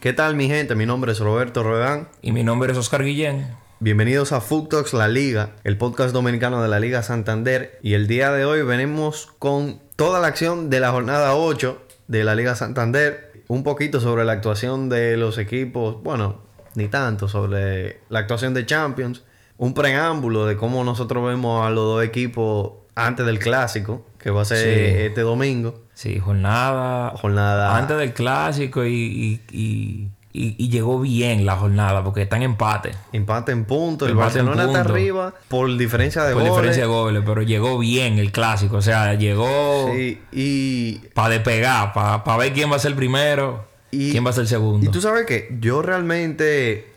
¿Qué tal mi gente? Mi nombre es Roberto Roedán. Y mi nombre es Oscar Guillén. Bienvenidos a Food Talks La Liga, el podcast dominicano de la Liga Santander. Y el día de hoy venimos con toda la acción de la jornada 8 de la Liga Santander. Un poquito sobre la actuación de los equipos, bueno, ni tanto, sobre la actuación de Champions. Un preámbulo de cómo nosotros vemos a los dos equipos antes del clásico, que va a ser Sí. este domingo. Sí, jornada. Jornada. Antes del clásico y, y, y- y- y llegó bien la jornada porque está en empate. Empate en punto. El Empate en Barcelona está punto. arriba por diferencia de Por goles. diferencia de goles, pero llegó bien el clásico. O sea, llegó Sí, y, para despegar, para ver quién va a ser el primero, Y- quién va a ser el y segundo. tú sabes que yo realmente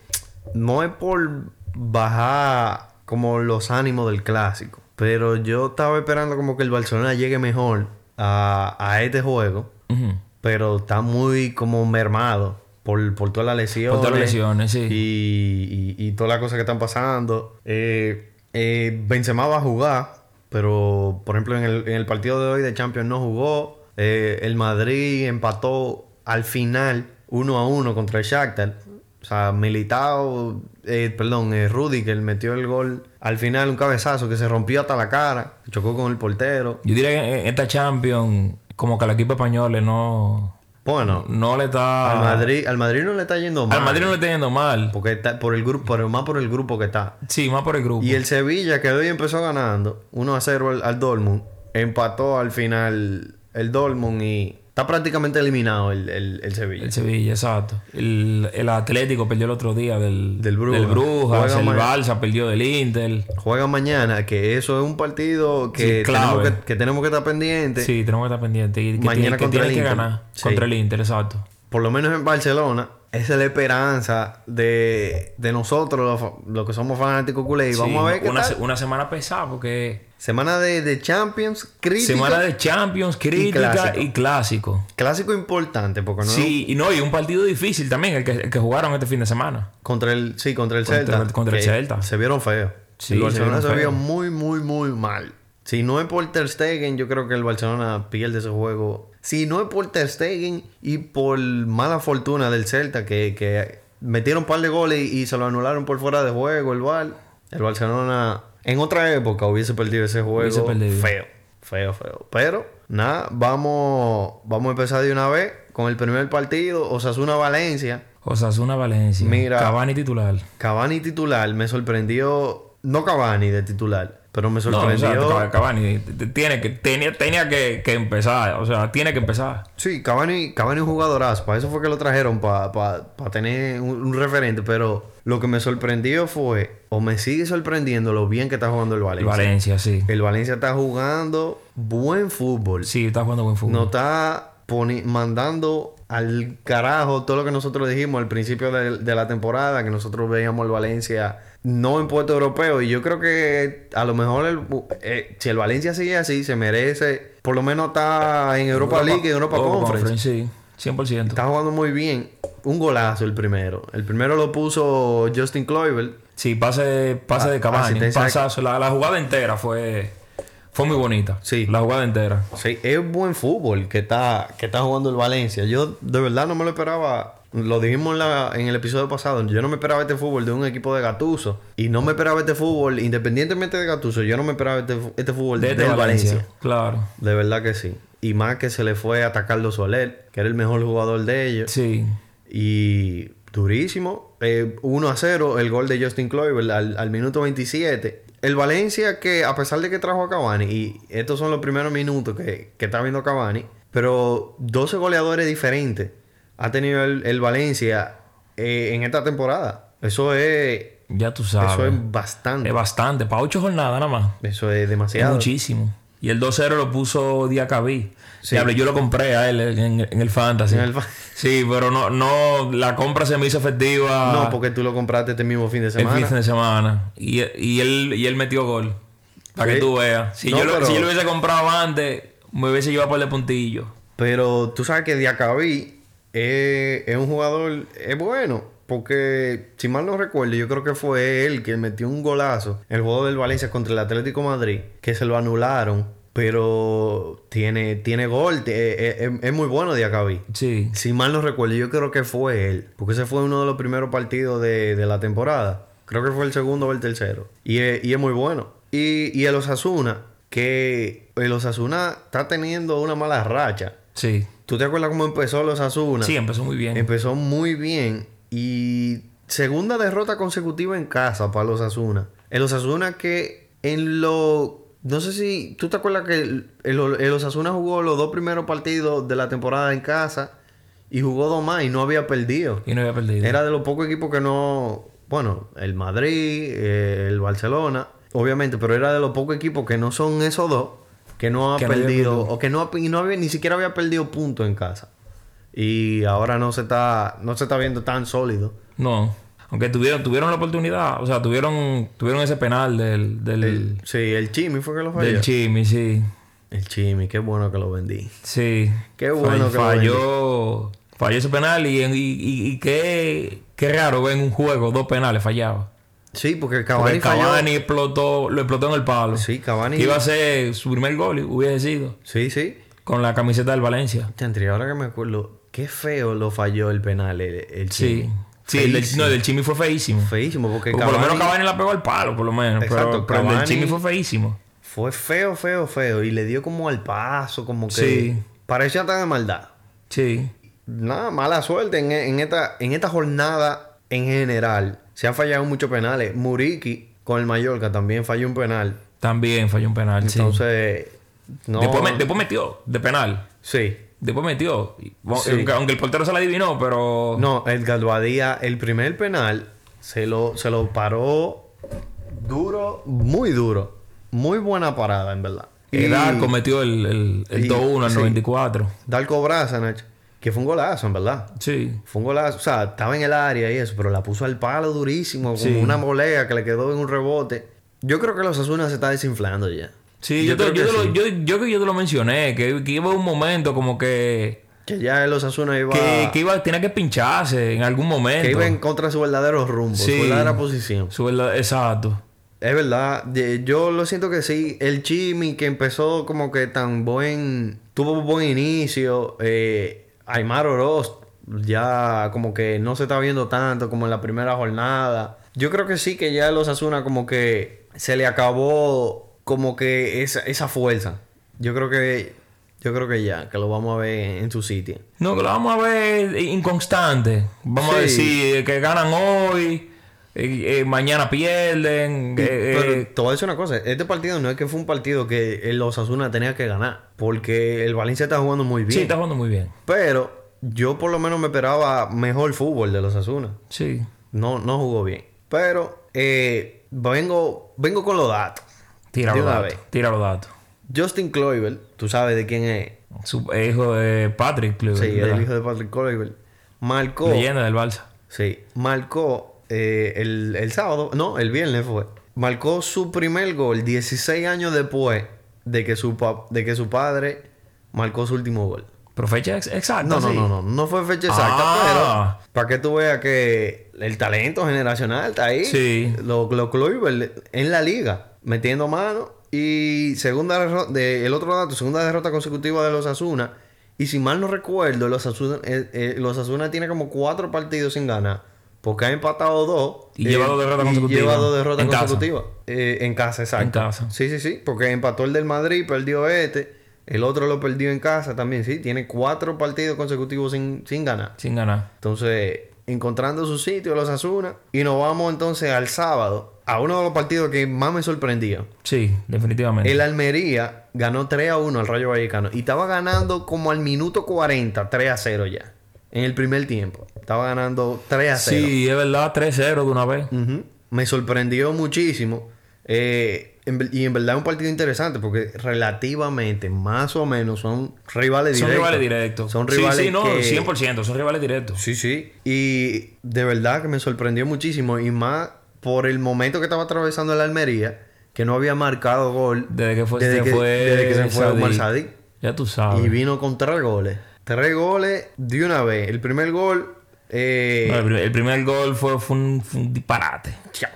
no es por bajar como los ánimos del clásico, pero yo estaba esperando como que el Barcelona llegue mejor a, a este juego, Ujú. pero está muy como mermado por, por todas las lesiones. Por todas las lesiones, sí. Y, y- y todas las cosas que están pasando. Eh, eh, Benzema va a jugar, pero por ejemplo en el, en el partido de hoy de Champions no jugó. Eh, el Madrid empató al final uno a uno contra el Shakhtar. O sea, Militao, eh, perdón, eh, Rudiger metió el gol al final, un cabezazo que se rompió hasta la cara, chocó con el portero. Yo diría que en esta Champions, como que al equipo español no, Bueno, no le está. al Madrid, al Madrid no le está yendo mal. Ah. al Madrid no le está yendo mal. Porque está por el grupo, pero más por el grupo que está. Sí, más por el grupo. Y el Sevilla, que hoy empezó ganando 1 a 0 al, al Dortmund, empató al final el Dortmund y está prácticamente eliminado el, el- el Sevilla. El Sevilla, exacto. El, el Atlético perdió el otro día del, Del Brujas. Brujas. Juega El mañana. Barça perdió del Inter. Juega mañana, que eso es un partido que, Sí, clave. tenemos, que, que tenemos que estar pendientes. Sí, tenemos que estar pendientes. Y que Mañana tiene- que contra tiene el que Inter. ganar Sí. contra el Inter, exacto. Por lo menos en Barcelona, esa es la esperanza de, de nosotros, los, fa- los que somos fanáticos culé. Y vamos Sí, a ver qué una, tal. se- una semana pesada porque... Semana de, de Champions, crítica. Semana de Champions, crítica clásico. y clásico. Clásico importante, porque no Sí, y no, y un partido difícil también, el que, el que jugaron este fin de semana. Contra el, sí, contra el Contra Celta. el- contra el que Celta. Se vieron feos. Sí, el se Barcelona se, vieron vio feos. muy, muy, muy mal. Si no es por Ter Stegen, yo creo que el Barcelona pierde ese juego. Si no es por Ter Stegen y por mala fortuna del Celta, que, que metieron un par de goles y, y se lo anularon por fuera de juego el Bar, el Barcelona en otra época hubiese perdido ese Hubiese juego perdido. feo, feo, feo. Pero, nada, vamos, vamos a empezar de una vez con el primer partido, Osasuna-Valencia. Osasuna Valencia. Mira. Cavani titular. Cavani titular me sorprendió. No Cavani de titular, pero me No, o sorprendió. sea, Cava- Cavani t- t- tiene que, tenía, tenía que, que empezar. O sea, tiene que empezar. Sí, Cavani, Cavani es un jugadorazo. Para eso fue que lo trajeron, para tener un, un referente. Pero lo que me sorprendió fue, o me sigue sorprendiendo lo bien que está jugando el El Valencia. Valencia, sí. El Valencia está jugando buen fútbol. Sí, está jugando buen fútbol. Nos está poni- mandando al carajo todo lo que nosotros dijimos al principio de, de la temporada, que nosotros veíamos al Valencia no en puerto europeo. Y yo creo que a lo mejor el- eh, si el Valencia sigue así, se merece, por lo menos está en Europa, League, en Europa Conference. sí, 100%. Está jugando muy bien. Un golazo el primero. El primero lo puso Justin Kluivert. Sí, pase, pase Ah, de Cavani. asistencia de- Pasazo. La, la jugada entera fue, fue muy bonita. Sí. La jugada entera. Sí, es buen fútbol que está, que está jugando el Valencia. Yo de verdad no me lo esperaba. Lo dijimos en, la- en el episodio pasado. Yo no me esperaba este fútbol de un equipo de Gatuso. Y no me esperaba este fútbol, independientemente de Gatuso, yo no me esperaba este, fu- este fútbol De del este Valencia. Valencia. Claro. De verdad que sí. Y más que se le fue a atacarlo Soler, que era el mejor jugador de ellos. Sí. Y durísimo. Eh, 1 a 0, el gol de Justin Kluivert al, al minuto 27. El Valencia, que a pesar de que trajo a Cavani, y estos son los primeros minutos que, que está viendo Cavani, pero 12 goleadores diferentes ha tenido el, el Valencia eh, en esta temporada. Eso es, Ya tú eso sabes. es bastante. es bastante. Para ocho jornadas nada más. Eso es Es demasiado. muchísimo. Y el 2-0 lo puso Diacabí. Sí. Diablo, yo lo compré a él en, en el Fantasy. En el fa- Sí, pero no, no, la compra se me hizo efectiva No, porque tú lo compraste este mismo fin de el semana. fin de semana. Y, y él, y él metió gol. Para Sí. que tú veas. Si, No, yo lo, pero- si yo lo hubiese comprado antes, me hubiese llevado por el puntillo. Pero tú sabes que Diacabí eh, es un jugador, es bueno. Porque, si mal no recuerdo, yo creo que fue él que metió un golazo en el juego del Valencia contra el Atlético de Madrid, que se lo anularon. Pero tiene, tiene gol, te- es, es- es muy bueno Diacabí. Sí. Si mal no recuerdo, yo creo que fue él. Porque ese fue uno de los primeros partidos de, de la temporada. Creo que fue el segundo o el tercero. Y es, y es muy bueno. Y, y el Osasuna, que el Osasuna está teniendo una mala racha. Sí. ¿Tú te acuerdas cómo empezó el Osasuna? Sí, empezó muy bien. Empezó muy bien y segunda derrota consecutiva en casa para los Asuna. El Osasuna que en lo... No sé si tú te acuerdas que el, el, el Osasuna jugó los dos primeros partidos de la temporada en casa y jugó dos más y no había perdido. Y no había perdido. Era de los pocos equipos que no... Bueno, el Madrid, eh, el Barcelona, obviamente, pero era de los pocos equipos que no son esos dos, que no ha Que no había perdido, perdido. o que no, ha- y no había, ni siquiera había perdido puntos en casa. Y ahora no se está, no se está viendo tan sólido. No. Aunque tuvieron, tuvieron la oportunidad. O sea, tuvieron, tuvieron ese penal del, del, Sí, el Chimi fue que lo falló. del Chimi, sí. el Chimi, qué bueno que lo vendí. Sí. Qué bueno que lo falló. Falló ese penal y, y, y- y qué, qué raro ver en un juego dos penales fallados. Sí, porque Porque Cavani, falló. Cavani explotó, lo explotó en el palo. Sí, Que Cavani. iba a ser su primer gol, hubiese sido. Sí, sí. Con la camiseta del Valencia. Chantri, ahora que me acuerdo, qué feo lo falló el penal el, el Sí. Chimi. Sí, el del, Feísimo. no, el del Chimi fue feísimo. Feísimo, porque Por Cavani lo menos Cavani la pegó al palo, por lo menos. Pero- Exacto, pero, el del Cavani- Chimi fue feísimo. fue feo, feo, feo. Y le dio como al paso, como que. Sí. Parecía tan de maldad. Sí. Nada, mala suerte en, en esta, en esta jornada en general. Se han fallado muchos penales. Muriki con el Mallorca también falló un penal. También falló un penal. sí. Entonces, no. Después, me- después metió, de penal. Sí. Después metió. Y- Sí. aunque, aunque el portero se la adivinó, pero. No, el Galvadía, el primer penal, se lo, se lo paró duro, muy duro. Muy buena parada, en verdad. Eh, el Y Darko metió el, el, el y- 2-1 al sí. 94. Darko Brasanac, que fue un golazo, en verdad. Sí. Fue un golazo, o sea, estaba en el área y eso, pero la puso al palo durísimo, como Sí. una molea que le quedó en un rebote. Yo creo que los Asuna se está desinflando ya. Sí, yo, Yo te, creo yo, que te lo, sí. yo, yo creo que yo te lo mencioné, que, que iba un momento como que, Que ya los Asuna iba, que, que que, iba, tenía que pincharse en algún momento. Ah. iba en contra de su verdadero rumbo, Sí. su verdadera posición. Su verdad- exacto. Es verdad, de- yo lo siento que sí. El Chimi que empezó como que tan buen, tuvo un buen inicio. eh, Aymar Oroz ya como que no se está viendo tanto como en la primera jornada. Yo creo que sí que ya los Asuna como que se le acabó como que esa, esa fuerza. Yo creo que yo creo que ya, que lo vamos a ver en su sitio. No, que lo vamos a ver inconstante. Vamos a Sí. decir eh, que ganan hoy, eh, eh, mañana pierden. eh, Pero eh, te voy a decir una cosa, este partido no es que fue un partido que el Osasuna tenía que ganar, porque el Valencia está jugando muy bien. sí, está jugando muy bien. Pero yo por lo menos me esperaba mejor fútbol de los Asuna. Sí. No, no jugó bien. Pero eh, vengo, vengo con los datos. Tira De los una datos. Tira los datos. Justin Kluivert, tú sabes de quién es. Su eh, hijo de Patrick, creo, Sí, ¿verdad? el hijo de Patrick Kluivert. Marcó, leyenda del Balsa. sí, marcó eh, el, el sábado, no, el viernes fue. Marcó su primer gol 16 años después de que su, pa- de que su padre marcó su último gol. Pero fecha ex- exacta. No, no, sí. no, no, no fue fecha exacta, Ah. pero para que tú veas que el talento generacional está ahí. Sí. Lo, lo Kluivert en la liga, metiendo mano. Y segunda derro- de, el otro dato, segunda derrota consecutiva de los Asuna. Y si mal no recuerdo, los Asuna, eh, los Asuna tiene como cuatro partidos sin ganar. Porque ha empatado dos. eh, Y lleva dos derrotas consecutivas. Lleva dos derrotas En casa. consecutivas. Eh, en casa, exacto. En casa. Sí, sí, sí, porque empató el del Madrid, perdió este, el otro lo perdió en casa también, sí, tiene cuatro partidos consecutivos sin, sin ganar. Sin ganar. Entonces, encontrando su sitio, los Asuna, y nos vamos entonces al sábado, a uno de los partidos que más me sorprendió. Sí, definitivamente. El Almería ganó 3 a 1 al Rayo Vallecano y estaba ganando como al minuto 40, 3 a 0 ya, en el primer tiempo. Estaba ganando 3 a 0. Sí, es verdad, 3-0 de una vez. Ujú. Me sorprendió muchísimo. Eh, en ver- y en verdad un partido interesante porque relativamente, más o menos, son rivales Son directos. rivales directos. Son Sí, rivales Sí, no, que- 100%, son rivales directos. Sí, sí. Y de verdad que me sorprendió muchísimo. Y más por el momento que estaba atravesando la Almería, que no había marcado gol Desde que fue, Desde se que- fue desde que se fue Sadik. Omar Sadik. Ya tú sabes. y vino con tres goles. Tres goles de una vez. El primer gol... eh, No, el, pri- el primer gol fue, fue un, fue un disparate. chao.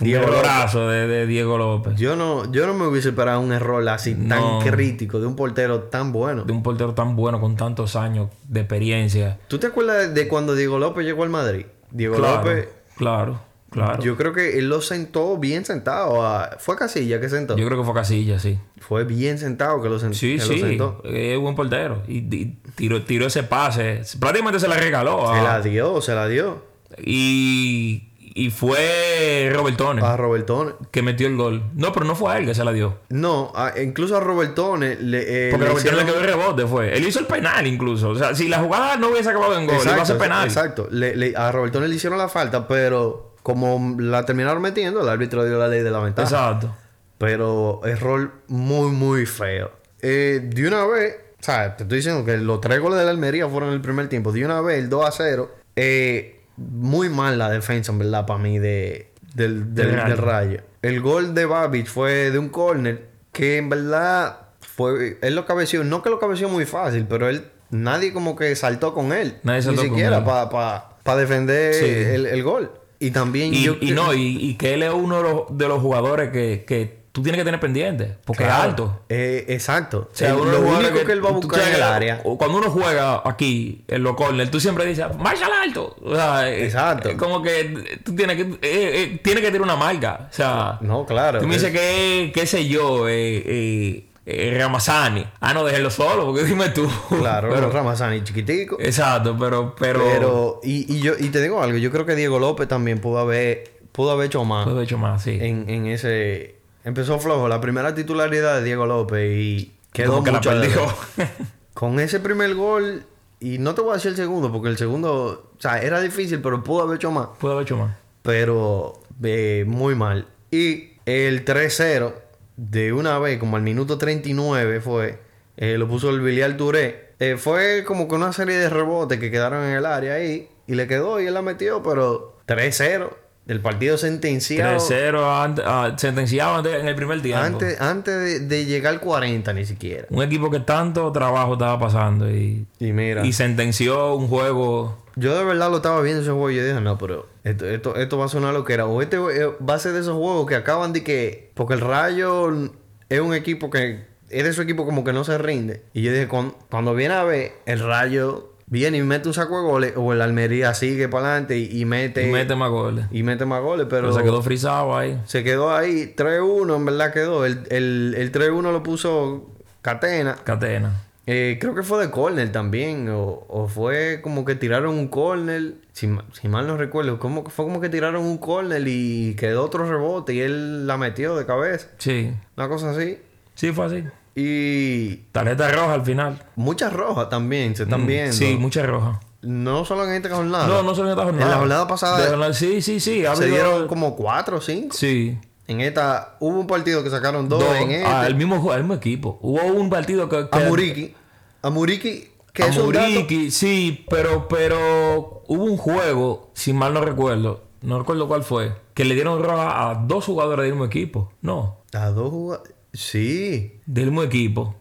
Diego el López. brazo de, de Diego López. Yo no, yo no me hubiese esperado un error así No. tan crítico de un portero tan bueno. De un portero tan bueno con tantos años de experiencia. ¿Tú te acuerdas de cuando Diego López llegó al Madrid? Diego Claro, López, claro, claro. Yo, yo creo que él lo sentó bien sentado. a- fue Casilla que sentó. creo que fue Casilla, sí. Fue bien sentado que lo, sen- Sí, que lo sí. sentó. Es buen portero. Y, y tiró, tiró ese pase. Prácticamente se la regaló. a- Se la dio, se la dio y, y fue Robertone a Robertone. que metió el gol. No, pero no fue a él que se la dio. No, a- incluso a Robertone le. eh, Porque le Robertone hicieron- le quedó el rebote, fue. Él hizo el penal incluso. O sea, si la jugada no hubiese acabado en gol, iba a ser Exacto, penal. exacto. Le- le- a Robertone le hicieron la falta, pero como la terminaron metiendo, el árbitro dio la ley de la ventaja. Exacto. Pero error muy, muy feo. Eh, de una vez, ¿sabes? Te estoy diciendo que los tres goles de la Almería fueron en el primer tiempo. De una vez, el 2 a 0. eh, muy mal la defensa, en verdad, para mí, de, del, del- Del Rayo. del Rayo. El gol de Babic fue de un córner que, en verdad, fue él lo cabeció. No que lo cabeció muy fácil, pero él nadie como que saltó con él. Nadie saltó Ni con siquiera él. para defender Sí. el, el gol. Y también Y, yo y no, y, y que él es uno de los, de los jugadores que, que tú tienes que tener pendiente. Porque es Claro. alto. Eh, exacto. O sea, El- uno de los lo jugadores único que, él va a tú buscar en sabes el que área. o Cuando uno juega aquí, en los corners, tú siempre dices, marcha al alto. O sea, eh, Exacto. eh, como que tú tienes que, eh, eh, tienes que tener una marca. O sea, No, claro. tú me Es- dices que, qué sé yo, eh, eh, eh, Ramazani. Ah, no, déjelo solo, porque dime tú. Claro, Pero- Ramazani chiquitico. exacto, pero, pero, pero, y, y yo, y te digo algo, yo creo que Diego López también pudo haber, pudo haber hecho más puedo hecho más, sí. en, en ese. Empezó flojo la primera titularidad de Diego López y quedó Como que la mucho a perdió. deber. Con ese primer gol, y no te voy a decir el segundo, porque el segundo, o sea, era difícil, pero pudo haber hecho más. pudo haber hecho más. pero eh, muy mal. Y el 3-0, de una vez, como al minuto 39 fue, eh, lo puso el Bilial Touré. Eh, fue como que una serie de rebotes que quedaron en el área ahí, y le quedó y él la metió, pero 3-0, el partido sentenciado 3-0 ante- ah, sentenciado ante- en el primer tiempo. antes, antes de, de llegar al 40 ni siquiera. Un equipo que tanto trabajo estaba pasando y, Y mira, y sentenció un juego. yo de verdad lo estaba viendo ese juego y yo dije, no, pero esto, esto, esto va a sonar lo que era. O este eh, va a ser de esos juegos que acaban de que... Porque el Rayo es un equipo que... Es de su equipo como que no se rinde. Y yo dije, cuando, cuando viene a ver, el Rayo viene y mete un saco de goles. O el Almería sigue para adelante y, y mete... Y mete más goles. y mete más goles, Eh, pero... Pero se quedó frisado ahí. Se quedó ahí 3-1, en verdad quedó. El, el, el 3-1 lo puso Catena. Catena. Eh, creo que fue de córner también, o, o fue como que tiraron un córner, si, ma- si mal no recuerdo, como, que- fue como que tiraron un córner y quedó otro rebote y él la metió de cabeza, Sí. una cosa así. Sí, fue así. Y Tarjeta roja al final. muchas rojas también se están viendo. Mm, Sí, mucha roja. No solo en esta jornada. No, no solo en esta jornada. En Ah, la jornada pasada- De jornada- Sí, sí, sí. Ha se habido- dieron como cuatro o cinco. Sí. En esta hubo un partido que sacaron dos, Dos. en este. Ah, Ah, el mismo, ju- el mismo equipo. Hubo un partido que... A que- Muriqui. A Muriqui, que es un dato- Amuriqui, sí, pero, pero hubo un juego, si mal no recuerdo, no recuerdo cuál fue, que le dieron roja a dos jugadores del mismo equipo. No, A dos jugadores. Sí. del mismo equipo.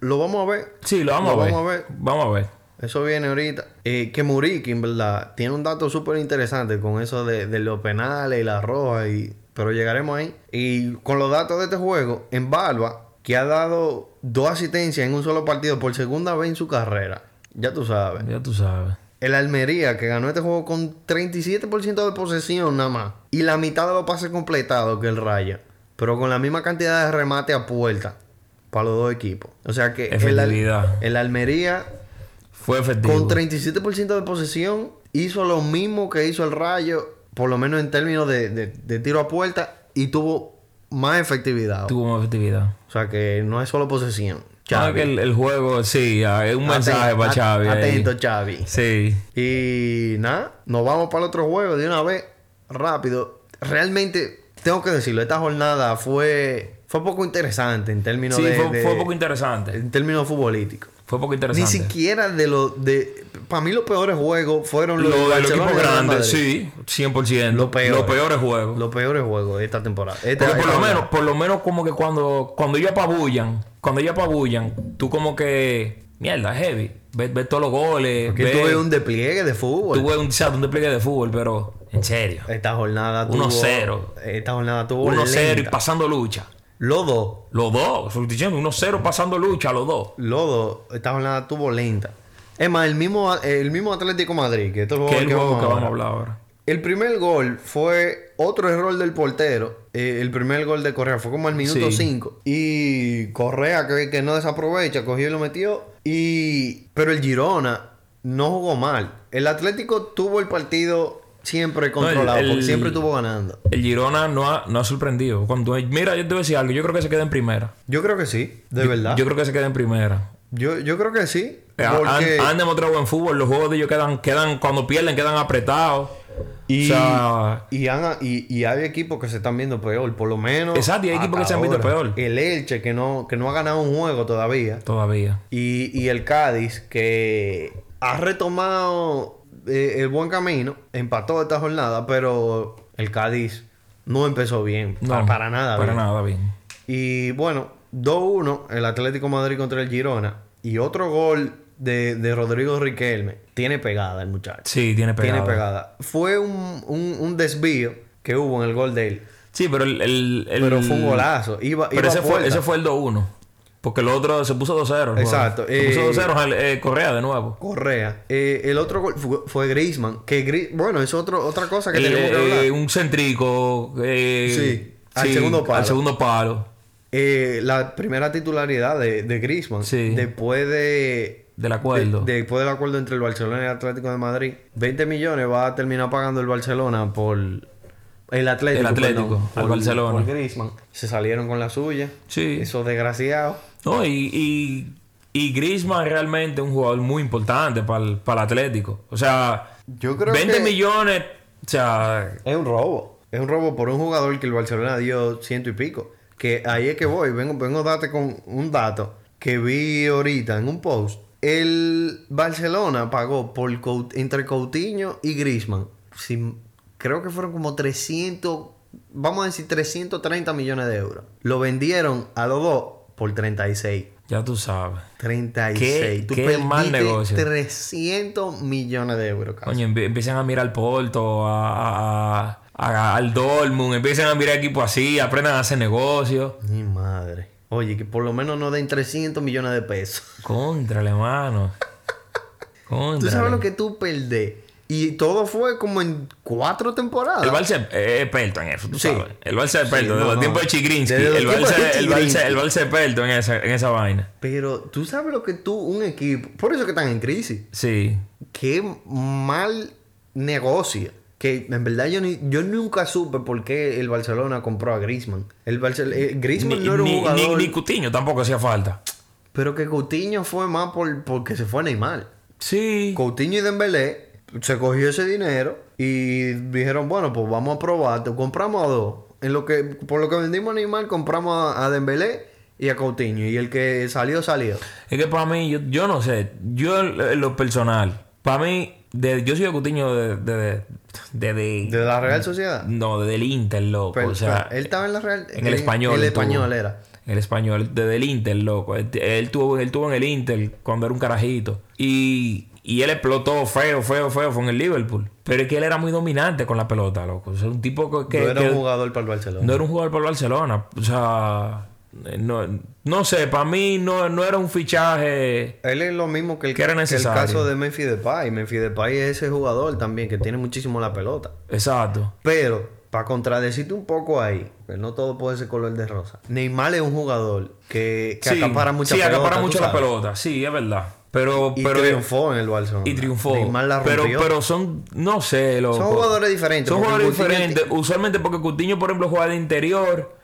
Lo vamos a ver. Sí, lo vamos Lo a ver. vamos a ver. Vamos a ver. Eso viene ahorita. Eh, que Muriqui, en verdad, tiene un dato súper interesante con eso de, de los penales y la roja. Y, pero llegaremos ahí. Y con los datos de este juego, en Balba, que ha dado dos asistencias en un solo partido por segunda vez en su carrera. Ya tú sabes. Ya tú sabes. El Almería, que ganó este juego con 37% de posesión nada más. Y la mitad de los pases completados que el Raya. Pero con la misma cantidad de remate a puerta para los dos equipos. O sea que el, Al- Efectividad. el Almería Fue efectivo. con 37% de posesión, hizo lo mismo que hizo el Rayo, por lo menos en términos de, de- de tiro a puerta, y tuvo más efectividad. Tuvo más efectividad. O sea que no es solo posesión. Claro que el, el juego, sí, ah, es un Aten- mensaje para at- Xavi. ahí. Atento, Xavi. Sí. Y nada, nos vamos para el otro juego de una vez, rápido. Realmente, tengo que decirlo, esta jornada fue, fue poco interesante en términos Sí, de- fue, de- fue poco interesante. en términos futbolísticos. Fue poco Ni interesante. siquiera de los de para mí los peores juegos fueron los lo de del equipo Barcelona y Real grande, Madrid. sí, 100%. Lo peor. Los peores juegos. Los peores juegos de esta temporada. Esta- Porque por esta lo menos, temporada. por lo menos como que cuando, cuando ellos apabullan, cuando ellos apabullan, tú como que, mierda, heavy. Ves ves todos los goles, Porque ves, tuve un despliegue de fútbol. tú ves un, o sea, un despliegue de fútbol, pero En serio. Esta jornada tuvo. 1-0. Esta jornada tuvo. 1-0 y lenta. pasando lucha. Los dos. Los dos, estoy diciendo, 1-0 pasando lucha, los dos. Lodo, esta jornada tuvo lenta. Es más, el mismo, el mismo Atlético Madrid, que esto es el juego Que es del el que juego vamos que a vamos a hablar. hablar ahora. El primer gol fue otro error del portero. Eh, el primer gol de Correa fue como al minuto Sí. 5. Y Correa, que, que no desaprovecha, cogió y lo metió. Y... Pero el Girona no jugó mal. El Atlético tuvo el partido siempre controlado, el- porque siempre estuvo ganando. El Girona no ha, no ha sorprendido. Cuando, mira, yo te voy a decir algo, yo creo que se queda en primera. Yo creo que sí, de verdad. Yo creo que se queda en primera. Yo, yo creo que sí. Eh, han- porque- Han, demostrado buen fútbol, los juegos de ellos quedan, quedan cuando pierden, quedan apretados. Y, O sea, y, han- y- y hay equipos que se están viendo peor, por lo menos. Exacto, y hay hasta equipos que se han visto ahora. peor. El Elche, que no, que no ha ganado un juego todavía. todavía. Y, y el Cádiz, que ha retomado eh, el buen camino, empató esta jornada, pero el Cádiz no empezó bien. No, para, para nada. Para bien. nada bien. Y bueno, 2-1, el Atlético Madrid contra el Girona. Y otro gol de, de Rodrigo Riquelme. Tiene pegada el muchacho. Sí, tiene pegada. Tiene pegada. Fue un, un- un desvío que hubo en el gol de él. Sí, pero el... el- el- Pero fue un golazo. Iba, Pero iba a ese fue, puerta. ese fue el 2-1. Porque el otro se puso 2-0. el Exacto, juego. Se eh, puso 2-0 al- eh, Correa de nuevo. Correa. Eh, el otro gol fue, fue Griezmann. Que Gri- bueno, es otro, otra cosa que El, tenemos que eh, hablar. un centrico. eh, Sí, al segundo palo. Al segundo palo. Eh, la primera titularidad de, de Griezmann. Sí. Después de... Del de- acuerdo. después del acuerdo entre el Barcelona y el Atlético de Madrid, 20 millones va a terminar pagando el Barcelona por el Atlético. El Atlético, perdón, al por- Barcelona. por Griezmann. Se salieron con la suya. Sí. Esos desgraciados. No, y, y, y Griezmann realmente es un jugador muy importante para el, para el Atlético. O sea, Yo creo 20 que- millones. O sea, Es un robo. Es un robo por un jugador que el Barcelona dio ciento y pico. Que ahí es que voy. Vengo, vengo a darte con un dato que vi ahorita en un post. El Barcelona pagó por Cou- entre Coutinho y Griezmann. si- creo que fueron como 300, vamos a decir 330 millones de euros. Lo vendieron a los dos por 36. ya tú sabes. 36. Qué- Tú qué mal perdiste negocio. 300 millones de euros, cabrón. Coño, empie- empiezan a mirar al Porto, a, a- a- a- al Dortmund, empiezan a mirar equipos así, aprendan a hacer negocios. Mi madre. Oye, que por lo menos nos den 300 millones de pesos. Contra, hermano. Contra. Tú sabes lo que tú perdés. Y todo fue como en cuatro temporadas. El Barça es experto en eso, tú Sí. sabes. El Barça es experto, no, desde los no. tiempos de Chigrinsky. Desde los El tiempos Barça, de el, Barça, Chigrinsky. el Barça es experto en esa, en esa vaina. Pero tú sabes lo que tú, un equipo. Por eso que están en crisis. Sí. Qué mal negocio. Que en verdad yo, ni- yo nunca supe por qué el Barcelona compró a Griezmann. El Barcel- eh, Griezmann Ni, no era un ni- ni- jugador. ni Coutinho tampoco hacía falta. Pero que Coutinho fue más por, porque se fue a Neymar. Sí. Coutinho y Dembélé se cogió ese dinero y dijeron, bueno, pues vamos a probar, te compramos a dos. En lo que, por lo que vendimos a Neymar, compramos a, a Dembélé y a Coutinho. Y el que salió, salió. Es que para mí, yo, yo no sé. Yo, en lo personal, para mí, de- yo soy de Coutinho de- de- de- de- de- De la Real Sociedad. No, desde el Inter, loco. Pero, Mm. o sea, pero, él estaba en la Real... en el español. El tuvo. español era. En el español, desde el Inter, loco. Él, él tuvo, él tuvo en el Inter cuando era un carajito. Y, y él explotó feo, feo, feo. Fue en el Liverpool. Pero es que él era muy dominante con la pelota, loco. O sea, un tipo que, no que- era un jugador para el Barcelona. no era un jugador para el Barcelona. O sea, no, no sé, para mí no, no era un fichaje. Él es lo mismo que el, Que era que el necesario. caso de Memphis Depay. Memphis Depay es ese jugador también que tiene muchísimo la pelota. Exacto. Pero, para contradecirte un poco ahí, que no todo puede ser color de rosa. Neymar es un jugador que, que acapara mucha sí, pelota. acapara tú mucho la sabes. pelota. Sí, es verdad. Pero, Y pero triunfó en el Barcelona. y triunfó. Neymar la rompió. pero, pero son, no sé, loco. Son jugadores diferentes, Son porque jugadores Coutinho diferentes. Usualmente porque Coutinho, por ejemplo, juega de interior.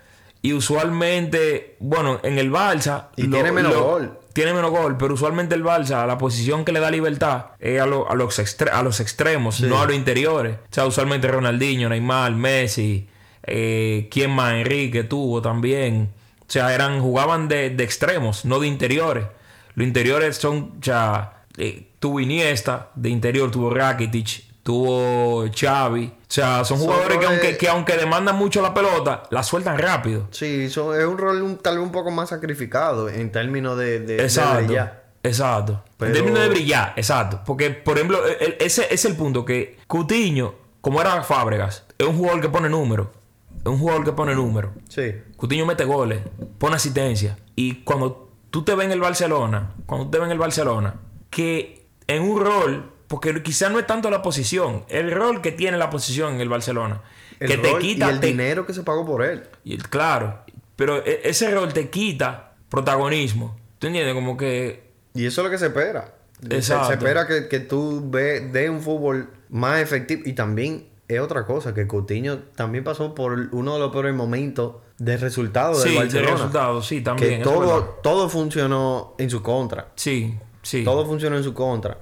Y usualmente, bueno, en el Balsa... Y tiene menos gol. Tiene menos gol, pero usualmente el Balsa, la posición que le da libertad es a, lo- a los, extre- a los extremos, no a los interiores. O sea, usualmente Ronaldinho, Neymar, Messi, eh, ¿quién más? Enrique tuvo también. O sea, eran, jugaban de, de extremos, no de interiores. Los interiores son, o sea, eh, tuvo Iniesta, de interior tuvo Rakitic, tuvo Xavi. O sea, son jugadores que jugadores- aunque, que aunque demandan mucho la pelota, la sueltan rápido. Sí, son- es un rol un- tal vez un poco más sacrificado en términos de, de, de Exacto. brillar. Exacto. Pero- e, En términos de brillar, exacto. Porque, por ejemplo, el- el- ese es el punto que Cutiño, como era Fábregas, es un jugador que pone número. Es un jugador que pone número. Sí. Cutiño mete goles, pone asistencia. Y cuando tú te ves en el Barcelona, cuando tú te ves en el Barcelona, que en un rol, porque quizás no es tanto la posición, el rol que tiene la posición en el Barcelona, El que te rol quita. y el te- dinero que se pagó por él. y el- claro, pero e- ese rol te quita protagonismo. ¿Tú entiendes? Como que. Y eso es lo que se espera. Se- Exacto. Se espera que, que tú ve, de un fútbol más efectivo. Y también es otra cosa, que Coutinho también pasó por uno de los peores momentos de resultado del Sí, el Barcelona. resultado, sí, también. que eso es verdad. todo, todo funcionó en su contra. Sí, sí. Todo funcionó en su contra.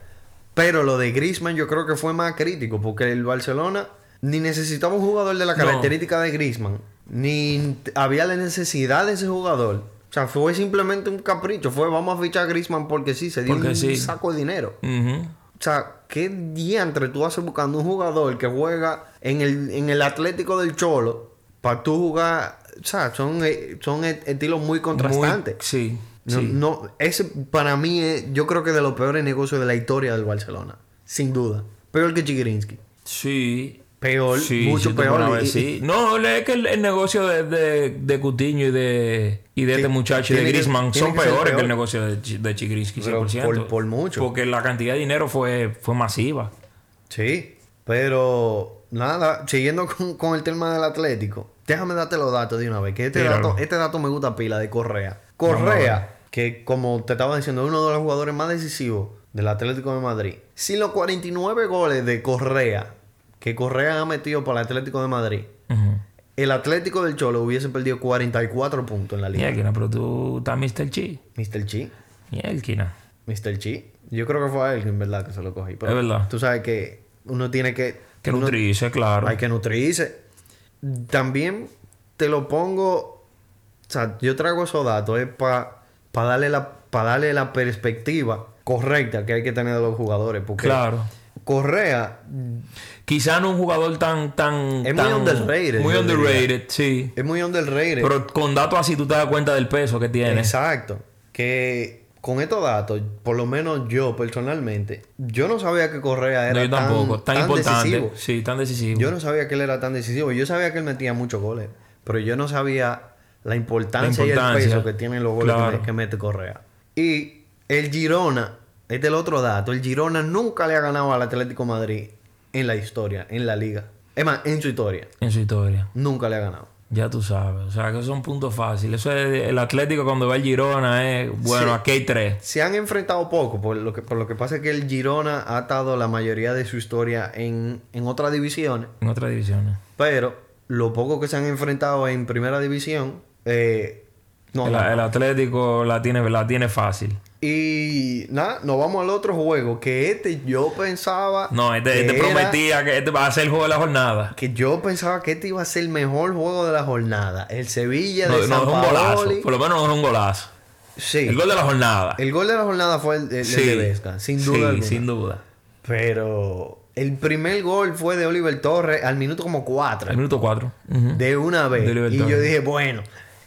Pero lo de Griezmann yo creo que fue más crítico, porque el Barcelona ni necesitaba un jugador de la No. característica de Griezmann, ni había la necesidad de ese jugador. O sea, fue simplemente un capricho, fue vamos a fichar a Griezmann porque sí, se dio Porque un sí. saco de dinero. Ujú. O sea, ¿qué diantre tú haces buscando un jugador que juega en el, en el Atlético del Cholo para tú jugar? O sea, son, eh, son est- estilos muy contrastantes. Muy- sí. No, no, ese para mí es, yo creo que de los peores negocios de la historia del Barcelona. Sin duda. Peor que Chigrinsky. Sí. Peor, Sí, mucho sí, te peor. pongo a y- y- decir. No, es que el, el negocio de, de, de Coutinho y de, y de este muchacho y de tiene que- Griezmann tiene son que ser peores que peor. el negocio de, Chi- de Chigrinsky, Pero 100%. por- por mucho. Porque la cantidad de dinero fue, fue masiva. Sí, pero nada, siguiendo con, con el tema del Atlético, déjame darte los datos de una vez, que este, Tíralo. dato, este dato me gusta pila de Correa. Vamos a Correa, que como te estaba diciendo, es uno de los jugadores más decisivos del Atlético de Madrid. Si los 49 goles de Correa, que Correa ha metido para el Atlético de Madrid, Ujú. el Atlético del Cholo hubiese perdido 44 puntos en la liga. Mierda, pero tú estás Mr. Chi. Mr. Chi, Mierda. Mr. Chi. Yo creo que fue a él, en verdad, que se lo cogí. Pero Es verdad. Tú sabes que uno tiene que... Que uno- nutrirse, claro. Hay que nutrirse. También te lo pongo. O sea, yo traigo esos datos para darle, la, pa darle la perspectiva correcta que hay que tener de los jugadores. Porque Claro. Correa Quizá no un jugador tan... tan Es muy tan- underrated, Muy yo diría. underrated, sí. es muy underrated. Pero con datos así tú te das cuenta del peso que tiene. Exacto. Que con estos datos, por lo menos yo personalmente, yo no sabía que Correa No, era yo tampoco. tan, tan importante. decisivo. Sí, tan decisivo. Yo no sabía que él era tan decisivo. Yo sabía que él metía muchos goles. Pero yo no sabía la importancia, y el importancia. peso que tienen los goles que Claro. me- que mete Correa. Y el Girona, este es el otro dato, el Girona nunca le ha ganado al Atlético de Madrid en la historia, en la liga. Es más, en su historia, En su historia. nunca le ha ganado. Ya tú sabes. O sea, que son puntos fáciles. Eso es el Atlético cuando va al Girona es... Bueno, aquí hay tres. Se han enfrentado poco, por lo que, por lo que pasa es que el Girona ha atado la mayoría de su historia en, en otras divisiones. En otras divisiones. Pero lo poco que se han enfrentado en primera división, eh, no, el, el Atlético la tiene, la tiene fácil. Y nada, nos vamos al otro juego. Que este yo pensaba. No, este, que este era- prometía que este va a ser el juego de la jornada. Que yo pensaba que este iba a ser el mejor juego de la jornada. El Sevilla No, de no San es un golazo. Paoli. Por lo menos no es un golazo. Sí. El gol de la jornada. El gol de la jornada fue el, el- el Sí. de Vesca, sin duda. Sí, alguna. sin duda. Pero el primer gol fue de Oliver Torres al minuto como El 4. minuto 4. De una De vez. Oliver y yo Torres. dije, bueno,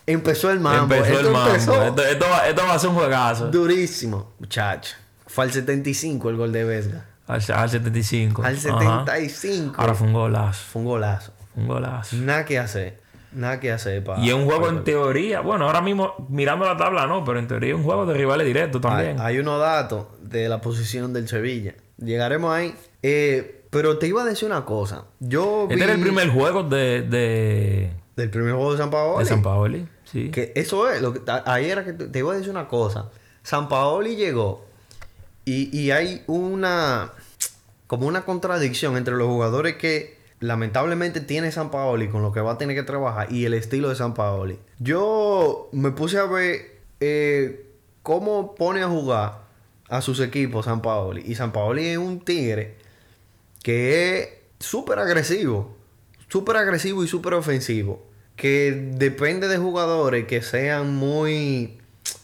empezó el mambo. Empezó Esto el mambo. empezó Esto, esto va, esto va a ser un juegazo. durísimo, muchacho. Fue al 75 el gol de Vesga. Al, al 75. Al Pues, Ajá. 75. Ahora fue un golazo. Fue un golazo. Un golazo. Nada que hacer. Nada que hacer para. Y es un juego en teoría. Bueno, ahora mismo mirando la tabla no, pero en teoría es un juego de rivales directos Hay, también. hay unos datos de la posición del Sevilla. Llegaremos ahí. Eh, pero te iba a decir una cosa. Yo vi. este era el primer juego de, de, Del primer juego de San Paolo. de San Paoli. Sí. Que eso es. Lo que, a- ahí era que te, te iba a decir una cosa. San Paoli llegó. Y, y hay una. Como una contradicción entre los jugadores que lamentablemente tiene San Paoli con lo que va a tener que trabajar y el estilo de San Paoli. Yo me puse a ver eh, cómo pone a jugar a sus equipos San Paoli. Y San Paoli es un tigre que es súper agresivo, súper agresivo y súper ofensivo, que depende de jugadores que sean muy...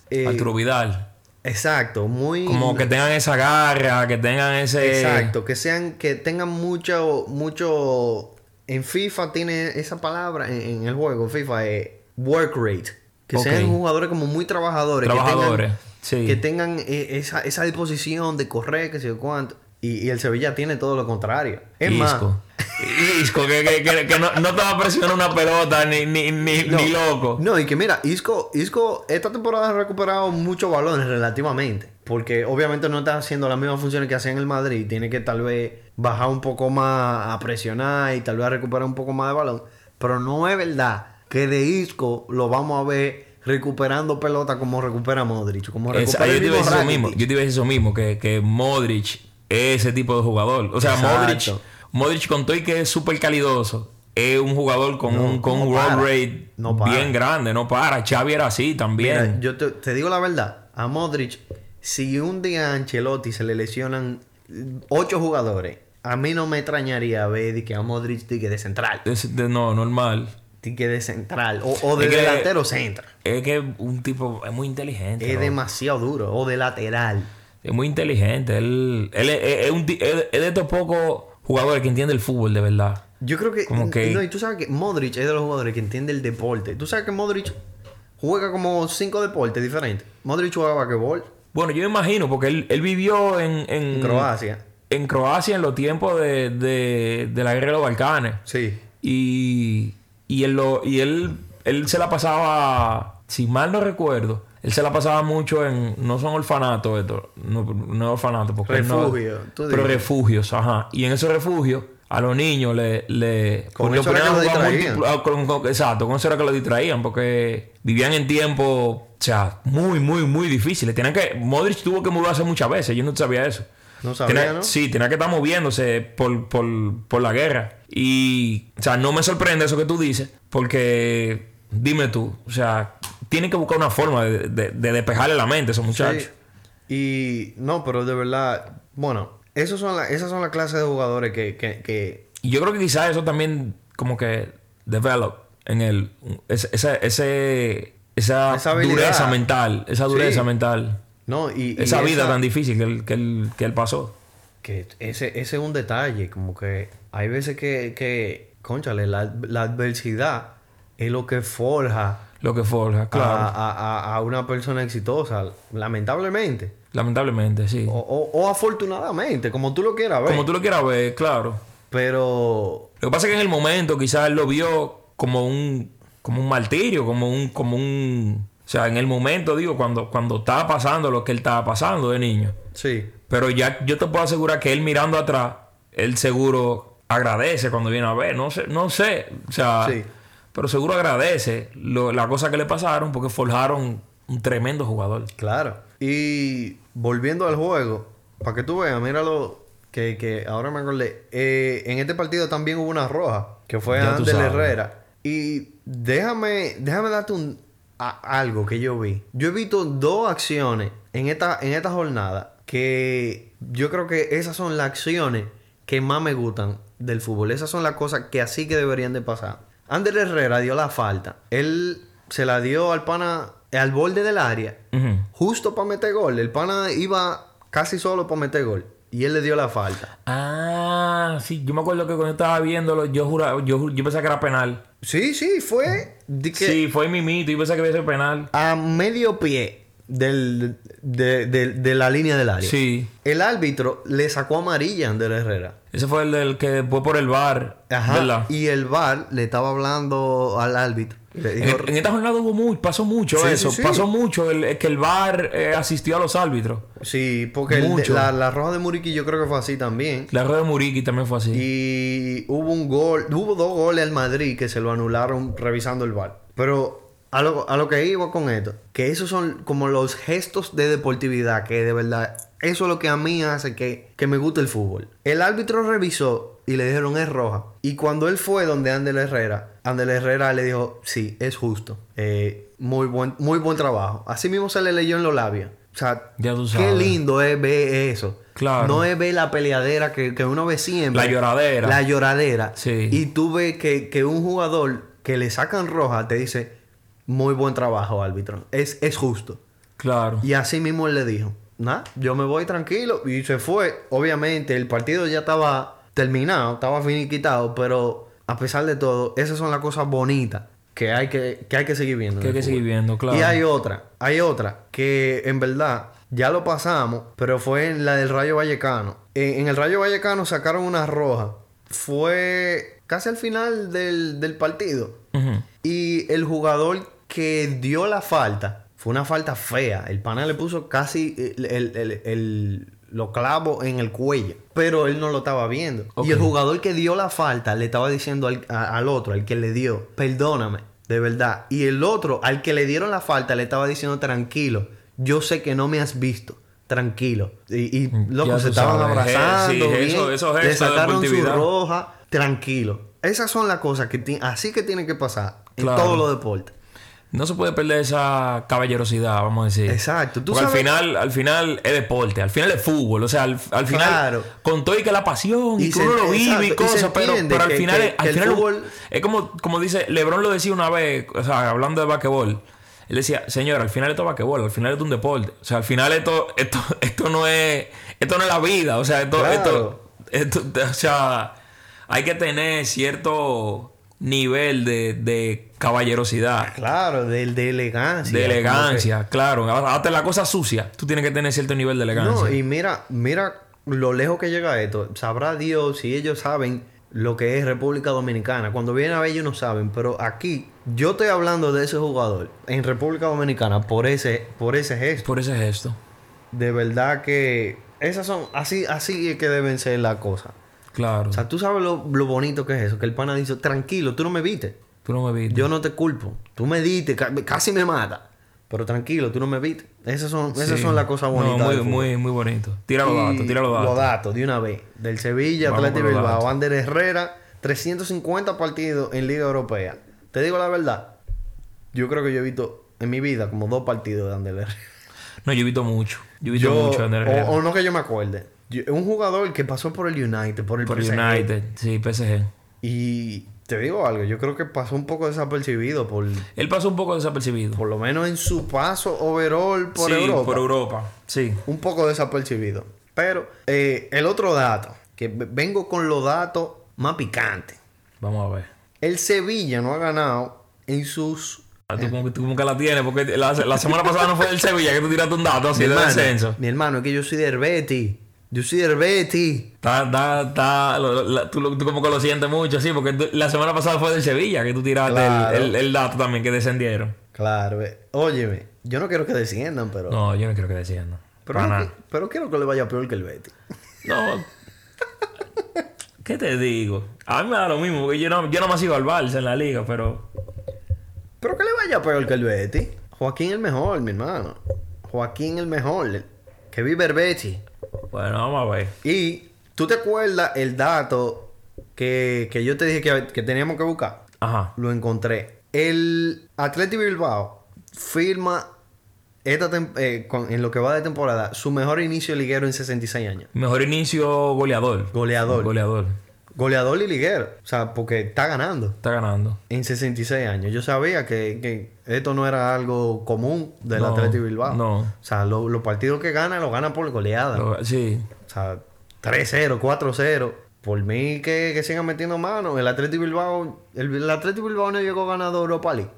eh, Arturo Vidal. exacto, muy... Como que tengan esa garra, que tengan ese. Exacto, que sean, que tengan mucho, mucho... En FIFA tiene esa palabra, en, en el juego, en FIFA, eh, work rate. Que sean Ok. jugadores como muy trabajadores. que tengan- Trabajadores. sí. que tengan eh, esa, esa disposición de correr, que sé yo cuánto. Y, y el Sevilla tiene todo lo contrario. Es más, Isco. Isco, que, que- que- que no, no te va a presionar una pelota ni, ni, ni, ni loco. No, y que mira, Isco, Isco esta temporada ha recuperado muchos balones relativamente. Porque obviamente no está haciendo las mismas funciones que hacía en el Madrid. Tiene que tal vez bajar un poco más a presionar y tal vez a recuperar un poco más de balón. Pero no es verdad que de Isco lo vamos a ver recuperando pelota como recupera Modric. Como Es- recupera yo el te mismo iba a decir eso Rakitic. mismo. Yo te iba a decir eso mismo, que, que Modric es ese tipo de jugador. O sea, Exacto. Modric, Modric con todo y que es súper calidoso. Es un jugador con un, con no un para. roll rate No para. bien grande, no para. Xavi era así Mira, también. yo te, te digo la verdad. A Modric, si un día a Ancelotti se le lesionan eh, ocho jugadores, a mí no me extrañaría ver de que a Modric de que de central. Es de- no, normal. de que de central. O, o de Es que- delantero centra. Es que es un tipo es muy inteligente. Es ¿no? demasiado duro. O de lateral. Es muy inteligente. Él, él es, es- es un ti- es- es de estos pocos jugadores que entiende el fútbol de verdad. Yo creo que. Como que- No, y tú sabes que Modric es de los jugadores que entiende el deporte. Tú sabes que Modric juega como cinco deportes diferentes. Modric juega basquetbol Bueno, yo imagino, porque él, él vivió en, en, en Croacia. en Croacia en los tiempos de, de- de la guerra de los Balcanes. Sí. Y, y, él, lo- y él, él se la pasaba, si mal no recuerdo, él se la pasaba mucho en, no son orfanatos esto, no, no es orfanato, porque él no- Refugio, tú pero dices. refugios, ajá. Y en esos refugios a los niños le... le Con porque eso era ponían que lo a jugar distraían. múltiplo- ah, con- con- exacto, con eso era que lo distraían, porque vivían en tiempo, o sea, muy, muy, muy difíciles. Tenían que, Modric tuvo que mudarse muchas veces, yo no sabía eso. No sabía, Tenía- ¿no? Sí, tenía que estar moviéndose por, por- por la guerra. Y, o sea, no me sorprende eso que tú dices, porque dime tú, o sea, tienen que buscar una forma de, de- de despejarle la mente a esos muchachos. Sí. Y no, pero de verdad, bueno, esos son la- esas son las clases de jugadores que, que, que- Y yo creo que quizás eso también, como que, develop en él, ese, ese- ese- esa, Esa habilidad. dureza mental, esa dureza Sí. mental, no y, y esa vida tan difícil que él, que él- que él pasó. que ese, ese es un detalle, como que hay veces que, que conchale, la, la adversidad es lo que forja Lo que forja, a, claro. a- a- a una persona exitosa, lamentablemente, Lamentablemente, sí. o, o- o afortunadamente, como tú lo quieras ver, Como tú lo quieras ver, claro. pero Lo que pasa es que en el momento quizás él lo vio como un como un martirio, como un como un, o sea, en el momento digo cuando cuando estaba pasando lo que él estaba pasando de niño. sí, Pero ya yo te puedo asegurar que él mirando atrás, él seguro agradece cuando viene a ver, no sé, no sé, o sea, Sí. pero seguro agradece lo- la cosa que le pasaron porque forjaron un tremendo jugador. Claro. Y volviendo al juego, para que tú veas, míralo, que, que ahora me acordé. Eh, en este partido también hubo una roja, que fue Ya tú Ander sabes. Herrera. Y déjame, déjame darte un, a- algo que yo vi. Yo he visto dos acciones en esta, en esta jornada que yo creo que esas son las acciones que más me gustan del fútbol. Esas son las cosas que así que deberían de pasar. Ander Herrera dio la falta. Él se la dio al pana al borde del área Ujú. justo para meter gol. El pana iba casi solo para meter gol. Y él le dio la falta. Ah, sí, yo me acuerdo que cuando estaba viéndolo, yo juraba, yo, ju- yo pensaba que era penal. Sí, sí, fue de que Sí, fue mi mito. Yo pensaba que iba a ser penal. a medio pie del, de, de- de la línea del área. Sí. El árbitro le sacó amarilla a Ander Herrera. Ese fue el del que fue por el bar. Ajá. ¿Verdad? Y el VAR le estaba hablando al árbitro. Le dijo, En, en esta jornada hubo mucho, pasó mucho Sí, eso. sí, sí. Pasó mucho el, es que el bar eh, asistió a los árbitros. sí, porque el de- Mucho. la, la roja de Muriqui yo creo que fue así también. La rueda de Muriqui también fue así. Y hubo un gol, hubo dos goles al Madrid que se lo anularon revisando el VAR. Pero a lo, a lo que iba con esto, que esos son como los gestos de deportividad, que de verdad, eso es lo que a mí hace que, que me guste el fútbol. El árbitro revisó y le dijeron es roja. Y cuando él fue donde Ander Herrera, Ander Herrera le dijo, sí, es justo. Eh, muy, buen, muy buen trabajo. Así mismo se le leyó en los labios. O sea, Ya tú qué sabes. lindo es ver eso. Claro. No es ver la peleadera que, que uno ve siempre. La lloradera. La lloradera. Sí. Y tú ves que, que un jugador que le sacan roja te dice, muy buen trabajo, árbitro. Es, es justo. claro. Y así mismo él le dijo, nada, yo me voy tranquilo. Y se fue. Obviamente, el partido ya estaba terminado, estaba finiquitado, pero a pesar de todo, esas son las cosas bonitas que hay que, que hay que seguir viendo. en que hay el que seguir viendo, claro. y hay otra, hay otra que en verdad ya lo pasamos, pero fue en la del Rayo Vallecano. En, en el Rayo Vallecano sacaron una roja. fue casi al final del, del partido. Ujú. Y el jugador que dio la falta fue una falta fea. El pana le puso casi el, el- el- el- lo clavo en el cuello. Pero él no lo estaba viendo. Ok. Y el jugador que dio la falta le estaba diciendo al, a- al otro, al que le dio, perdóname, de verdad. Y el otro, al que le dieron la falta, le estaba diciendo, tranquilo, yo sé que no me has visto. Tranquilo. Y, y Mm, Ya loco, se tú estaban sabes. Eh, abrazando. sí, bien. eso- esos le gestos de sacaron su deportividad. roja. Tranquilo. Esas son las cosas que ti- así que tienen que pasar en Claro. todos los deportes. No se puede perder esa caballerosidad, vamos a decir. Exacto. Tú Porque sabes- al final, al final es deporte, al final es fútbol. O sea, al, al final, Claro. con todo y que la pasión y, Y que se- uno lo vive exacto, y y se cosas, pero, entiende pero al que- final, que- es- al que el final fútbol- es como, como dice, Lebron lo decía una vez, o sea, hablando de basquetbol. Él decía, señor, al final esto es basquetbol, al final esto es un deporte. O sea, al final esto, esto, esto no es, esto no es la vida. O sea, esto, Claro. esto, esto- o sea, hay que tener cierto nivel de, de caballerosidad Claro, de, de elegancia. de como elegancia, claro. Ahora, Hasta la cosa sucia, tú tienes que tener cierto nivel de que- No, elegancia. y mira, mira lo lejos que llega esto. Sabrá Dios si ellos saben lo que es República Dominicana. Cuando vienen a ver ellos no saben, pero aquí yo estoy hablando de ese jugador en República Dominicana por ese, por ese gesto. Por ese gesto, De verdad que esas son, así, así es que deben ser las cosas. claro. O sea, tú sabes lo, lo bonito que es eso, que el pana dice, tranquilo, tú no me viste. tú no me viste. Yo no te culpo. Tú me diste, ca- casi me mata. Pero tranquilo, tú no me viste. Esas son, esas Sí. son las cosas No, bonitas. muy, del muy, muy bonito. Tira los fútbol. datos, Y tira los datos. Los datos, de una vez. Del Sevilla, Vamos Atlético con los Bilbao, datos. Ander Herrera, 350 partidos en Liga Europea. Te digo la verdad, yo creo que yo he visto en mi vida como dos partidos de Ander Herrera. No, yo he visto mucho. Yo he visto Yo, mucho a Ander Herrera. o, o no que yo me acuerde. Yo- un jugador que pasó por el United, por el por PSG, United, sí, PSG. Y te digo algo, yo creo que pasó un poco desapercibido por, Él pasó un poco desapercibido. por lo menos en su paso overall por sí, Europa. por Europa. Sí. Un poco desapercibido. Pero eh, el otro dato, que v- vengo con los datos más picantes. Vamos a ver. El Sevilla no ha ganado en sus... Ah, Tú como, que- tú como que la tienes, porque la, la semana pasada no fue del Sevilla que tú tiraste un dato así de descenso. mi hermano, es que yo soy del Betis. Yo soy del Betis. Está, está, está, lo- lo- la- tú, lo- tú como que lo sientes mucho, sí, porque tú- la semana pasada fue del Sevilla que tú tiraste el- Claro. el, el dato también que descendieron. Claro, eh. óyeme, yo no quiero que desciendan, pero... No, yo no creo que desciendan. pero, Para no nada. que- pero quiero que le vaya peor que el Betis. No. ¿Qué te digo? A mí me da lo mismo, porque yo no, yo no me sigo al Barça en la liga, pero. Pero que le vaya peor que el Betty. Joaquín el mejor, mi hermano. Joaquín el mejor. el- Que vive el Betty. Bueno, vamos a ver. Y tú te acuerdas el dato que, que yo te dije que, que teníamos que buscar. Ajá. Lo encontré. El Atlético Bilbao firma esta tem- eh, con- en lo que va de temporada su mejor inicio liguero en 66 años. Mejor inicio goleador. Goleador. Goleador. Goleador y liguero. O sea, porque está ganando. Está ganando. En 66 años. Yo sabía que, que esto no era algo común del No, Atlético Bilbao. Ah. no. O sea, lo- los partidos que gana, los gana por goleada. Lo- sí. O sea, 3-0, 4-0. Por mí que, que sigan metiendo mano. El Atlético Bilbao, el, el Atlético Bilbao no llegó ganando Europa League.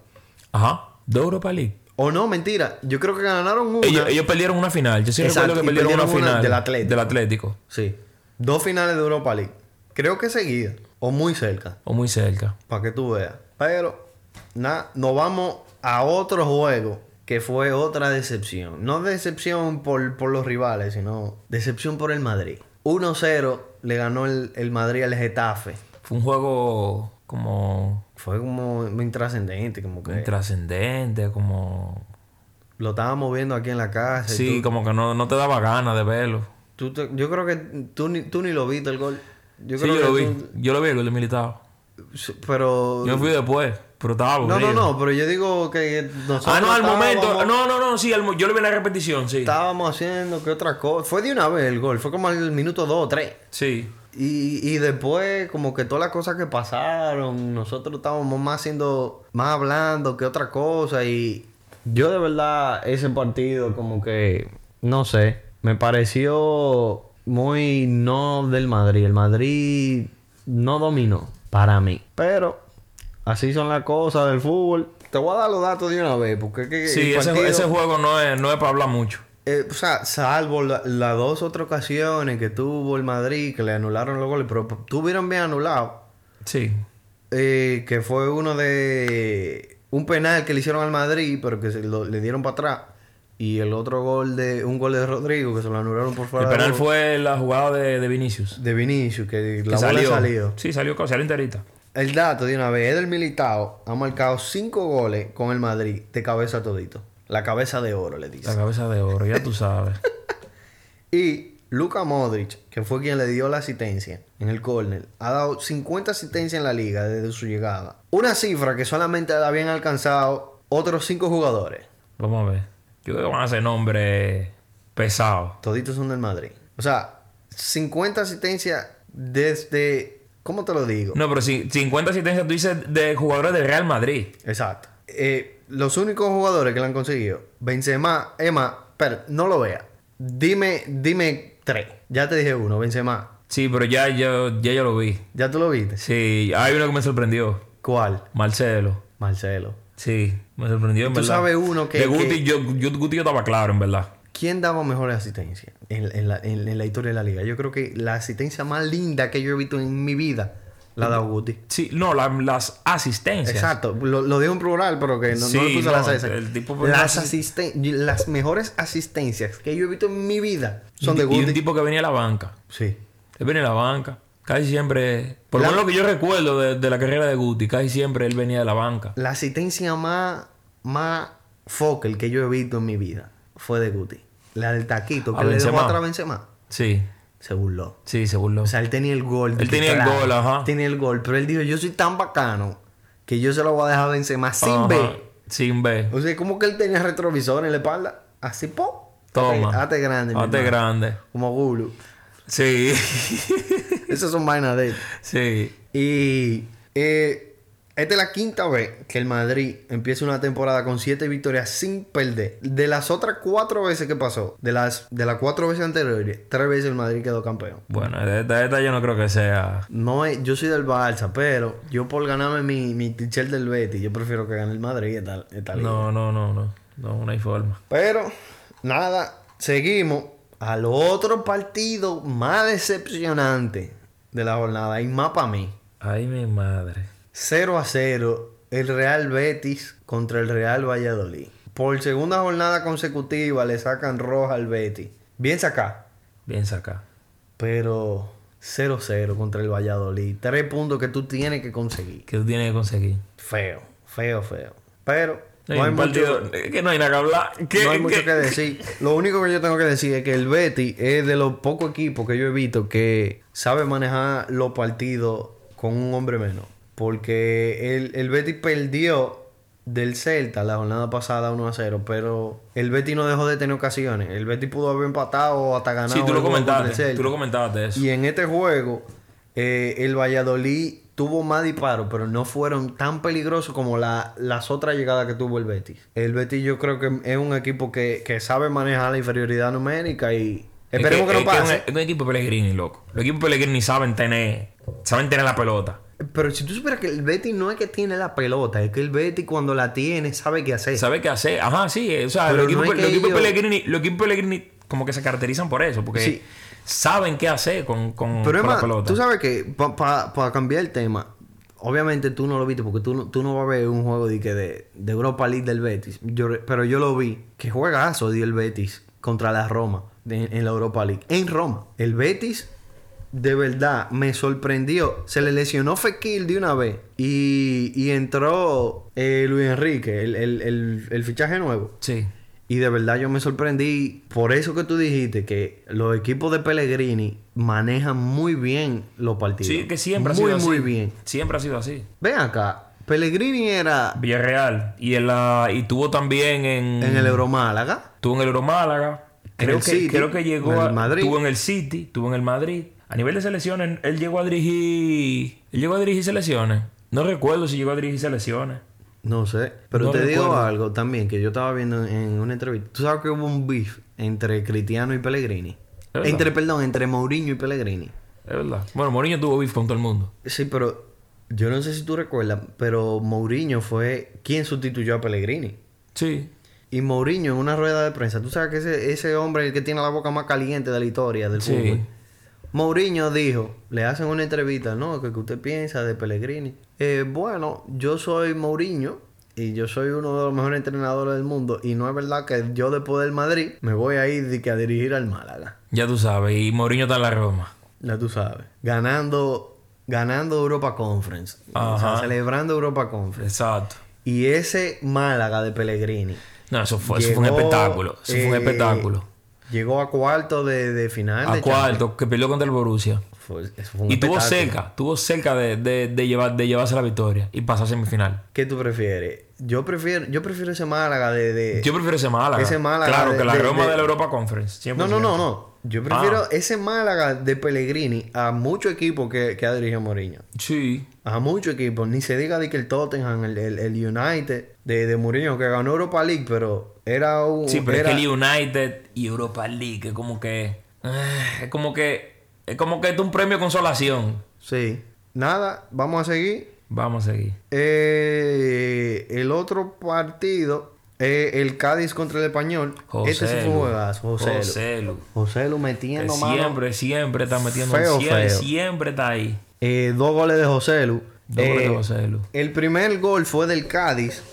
Ajá. De Europa League. O no, mentira. Yo creo que ganaron una. Ellos, ellos perdieron una final. Yo sí Exacto, recuerdo que y perdieron, perdieron una una final. del Atlético. Del Atlético. Sí. Dos finales de Europa League. Creo que seguidas. O muy cerca. O muy cerca. Para que tú veas. Pero, nada, nos vamos a otro juego que fue otra decepción. No decepción por, por los rivales, sino decepción por el Madrid. 1-0 le ganó el, el Madrid al Getafe. Fue un juego como Fue como intrascendente, como que intrascendente, como... lo estábamos viendo aquí en la casa. y Sí, como que no, no te daba ganas de verlo. tú- tú te- yo creo que tú ni, tú ni lo viste el gol. Yo Sí, creo yo lo que vi. Yo lo vi, el gol de Militao. tú- sí, pero... Yo fui después, pero estaba No, aburrido. no, no, pero yo digo que nosotros Ah, no, al estábamos- momento. No, no, no, sí, al mo- yo lo vi en la repetición, sí. estábamos haciendo que otra cosa. Fue de una vez el gol, fue como al minuto 2 o 3. Sí. Y, y después, como que todas las cosas que pasaron, nosotros estábamos más haciendo, más hablando que otra cosa. Y yo de verdad, ese partido, como que, no sé, me pareció muy no del Madrid. El Madrid no dominó para mí. Pero así son las cosas del fútbol. Te voy a dar los datos de una vez, porque es que Sí, el ese, partido- ese juego no es, no es para hablar mucho. eh, o sea, salvo las la dos otras ocasiones que tuvo el Madrid, que le anularon los goles, pero tuvieron bien anulado. Sí. eh, que fue uno de un penal que le hicieron al Madrid, pero que se lo- le dieron para atrás. Y el otro gol de un gol de Rodrigo que se lo anularon por fuera El de penal gol, fue la jugada de, de Vinicius. de Vinicius, que que la bola salió. Sí, salió, salió enterita. El dato de una vez, Eder Militao ha marcado cinco goles con el Madrid de cabeza todito. La cabeza de oro, le La dice. cabeza de oro, ya tú sabes. Y Luka Modric, que fue quien le dio la asistencia en el córner, ha dado 50 asistencias en la liga desde su llegada. Una cifra que solamente la habían alcanzado otros cinco jugadores. Vamos a ver. Yo creo que van a ser nombres pesados. Toditos son del Madrid. O sea, 50 asistencias desde... ¿Cómo te lo digo? No, pero si 50 asistencias tú dices de jugadores del Real Madrid. Exacto. Eh, los únicos jugadores que la han conseguido, Benzema, Emma, pero no lo vea. Dime, dime tres. Ya te dije uno, Benzema. Sí, pero ya yo, ya yo lo vi. ¿Ya tú lo viste? Sí, hay uno que me sorprendió. ¿Cuál? Marcelo. Marcelo. Sí, me sorprendió en Tú verdad. sabes uno que- De Guti, que- Yo, yo- Guti yo estaba claro, en verdad. ¿Quién daba mejores asistencias en, en la, en- en la historia de la liga? Yo creo que la asistencia más linda que yo he visto en mi vida la ha dado Guti. Sí, no, la- las asistencias. Exacto, lo, lo digo en plural, pero que no, no le Sí, puse no, las S. el tipo fue las, una asisten- las mejores asistencias que yo he visto en mi vida son de Y un Guti. tipo que venía a la banca. Sí. Él venía a la banca. Casi siempre. Por lo La- menos lo que yo recuerdo de, de la carrera de Guti, casi siempre él venía de la banca. La asistencia más, más focal que yo he visto en mi vida fue de Guti. La del taquito A que le dejó Benzema. atrás a Benzema. Sí. Se burló. Sí, se burló. O sea, él tenía el gol. Él tenía el titular. gol, ajá. Tenía el gol. Pero él dijo, yo soy tan bacano que yo se lo voy a dejar a Benzema sin Ajá, ver. Sin B. O sea, como que él tenía retrovisor en la espalda. Así, po. Toma. Hazte- Hazte grande, mi Hazte hermano. grande. Como Gulu. Sí. Esas son vainas de él. sí. Y eh, esta es la quinta vez que el Madrid empieza una temporada con siete victorias sin perder. De las otras cuatro veces que pasó, de las, de las cuatro veces anteriores, tres veces el Madrid quedó campeón. Bueno, de esta, de esta yo no creo que sea. No es, yo soy del Barça, pero yo por ganarme mi, mi t-shirt del Betis, yo prefiero que gane el Madrid y tal. y tal. No, no, no, no. No, no hay forma. Pero, nada, seguimos al otro partido más decepcionante de la jornada y más para mí. Ay, mi madre. 0 a 0 el Real Betis contra el Real Valladolid. Por segunda jornada consecutiva le sacan roja al Betis. Bien sacá, Bien sacado. pero 0-0 contra el Valladolid. Tres puntos que tú tienes que conseguir. ¿Qué tú tienes que conseguir? Feo, feo, feo. Pero No no hay, un mucho, partido eh, que no hay nada que hablar. ¿Qué, no hay mucho qué? que decir. Lo único que yo tengo que decir es que el Betis es de los pocos equipos que yo he visto que sabe manejar los partidos con un hombre menos. Porque el, el Betis perdió del Celta la jornada pasada 1 a 0, pero el Betis no dejó de tener ocasiones. El Betis pudo haber empatado o hasta ganado. Sí, tú el lo juego contra el comentaste. Celta. Tú lo comentaste eso. Y en este juego, eh, el Valladolid tuvo más disparos, pero no fueron tan peligrosos como la- las otras llegadas que tuvo el Betis. El Betis yo creo que es un equipo que, que sabe manejar la inferioridad numérica y Es esperemos que, no es pase. Es un, e- es un equipo de Pellegrini, loco. Los equipos de Pellegrini saben tener, saben tener la pelota. Pero si tú supieras que el Betis no es que tiene la pelota, es que el Betis cuando la tiene sabe qué hacer. Sabe qué hacer. Ajá, sí. eh, O sea, Pero los equipos no es que los equipos ellos- Pellegrini, los equipos Pellegrini como que se caracterizan por eso, porque Sí. saben qué hacer con, con, Pero es con la más, pelota. tú sabes que para cambiar el tema, obviamente tú no lo viste porque tú, no- tú no vas a ver un juego de, que de, de Europa League del Betis. Yo re- pero yo lo vi. Que juegazo dio el Betis contra la Roma de- en la Europa League. En Roma. El Betis, de verdad, me sorprendió. Se le lesionó Fekir de una vez y, y entró eh, Luis Enrique, el- el- el- el fichaje nuevo. Sí. Y de verdad yo me sorprendí por eso que tú dijiste que los equipos de Pellegrini manejan muy bien los partidos. Sí, que siempre ha muy, sido así. muy bien. Siempre ha sido así. Ven acá, Pellegrini era Villarreal. Y, en la, y tuvo también en, en el Euromálaga. Tuvo en el Euromálaga. En Creo, el que, City, creo que llegó en el a- Madrid. Tuvo en el City, tuvo en el Madrid. A nivel de selecciones, él llegó a dirigir. Él llegó a dirigir selecciones. No recuerdo si llegó a dirigir selecciones. No sé, pero No te digo recuerdo. algo también que yo estaba viendo en una entrevista. Tú sabes que hubo un beef entre Cristiano y Pellegrini. Eh, verdad. Entre, perdón, entre Mourinho y Pellegrini. Es verdad. Bueno, Mourinho tuvo beef con todo el mundo. Sí, pero yo no sé si tú recuerdas, pero Mourinho fue quien sustituyó a Pellegrini. Sí. Y Mourinho en una rueda de prensa. Tú sabes que ese, ese hombre es el que tiene la boca más caliente de la historia del Sí. fútbol. Mourinho dijo, le hacen una entrevista, ¿no? ¿Qué que usted piensa de Pellegrini? Eh, bueno, yo soy Mourinho y yo soy uno de los mejores entrenadores del mundo y no es verdad que yo después del Madrid me voy a ir de que a dirigir al Málaga. Ya tú sabes, y Mourinho está en la Roma. Ya tú sabes, ganando ganando Europa Conference, o sea, celebrando Europa Conference. Exacto. Y ese Málaga de Pellegrini No, eso fue, eso fue un llegó, espectáculo. Eso fue un eh, espectáculo. Llegó a cuarto de, de final. A de cuarto, que peleó contra el Borussia. Champions. Fue- eso fue un Y tuvo espectáculo. cerca, tuvo cerca de, de- de llevar, de llevarse la victoria y pasar a semifinal. ¿Qué tú prefieres? Yo prefiero, yo prefiero ese Málaga de. de- Yo prefiero ese Málaga. Eh, Ese Málaga claro, de- que la de- Roma de- de, la Europa Conference. 100%. No, no, no, no. Yo Ah. prefiero ese Málaga de Pellegrini a muchos equipos que, que ha dirigido Mourinho. Sí. A muchos equipos. Ni se diga de que el Tottenham, el, el- el United de, de Mourinho, que ganó Europa League, pero era un. Sí, pero Uh, era- es que el United y Europa League es como que. eh, Es como que. Es como que es un premio de consolación. Sí. Nada, vamos a seguir. Vamos a seguir. Eh, el otro partido, eh, el Cádiz contra el Español. José este sí fue un Lu. juegazo, José. Lu. José Lu. José lo Que metiendo mano. siempre, siempre está metiendo Feo, siempre, feo. siempre está ahí. Eh, dos goles de José Lu. Dos Eh, goles de José Lu. El primer gol fue del Cádiz.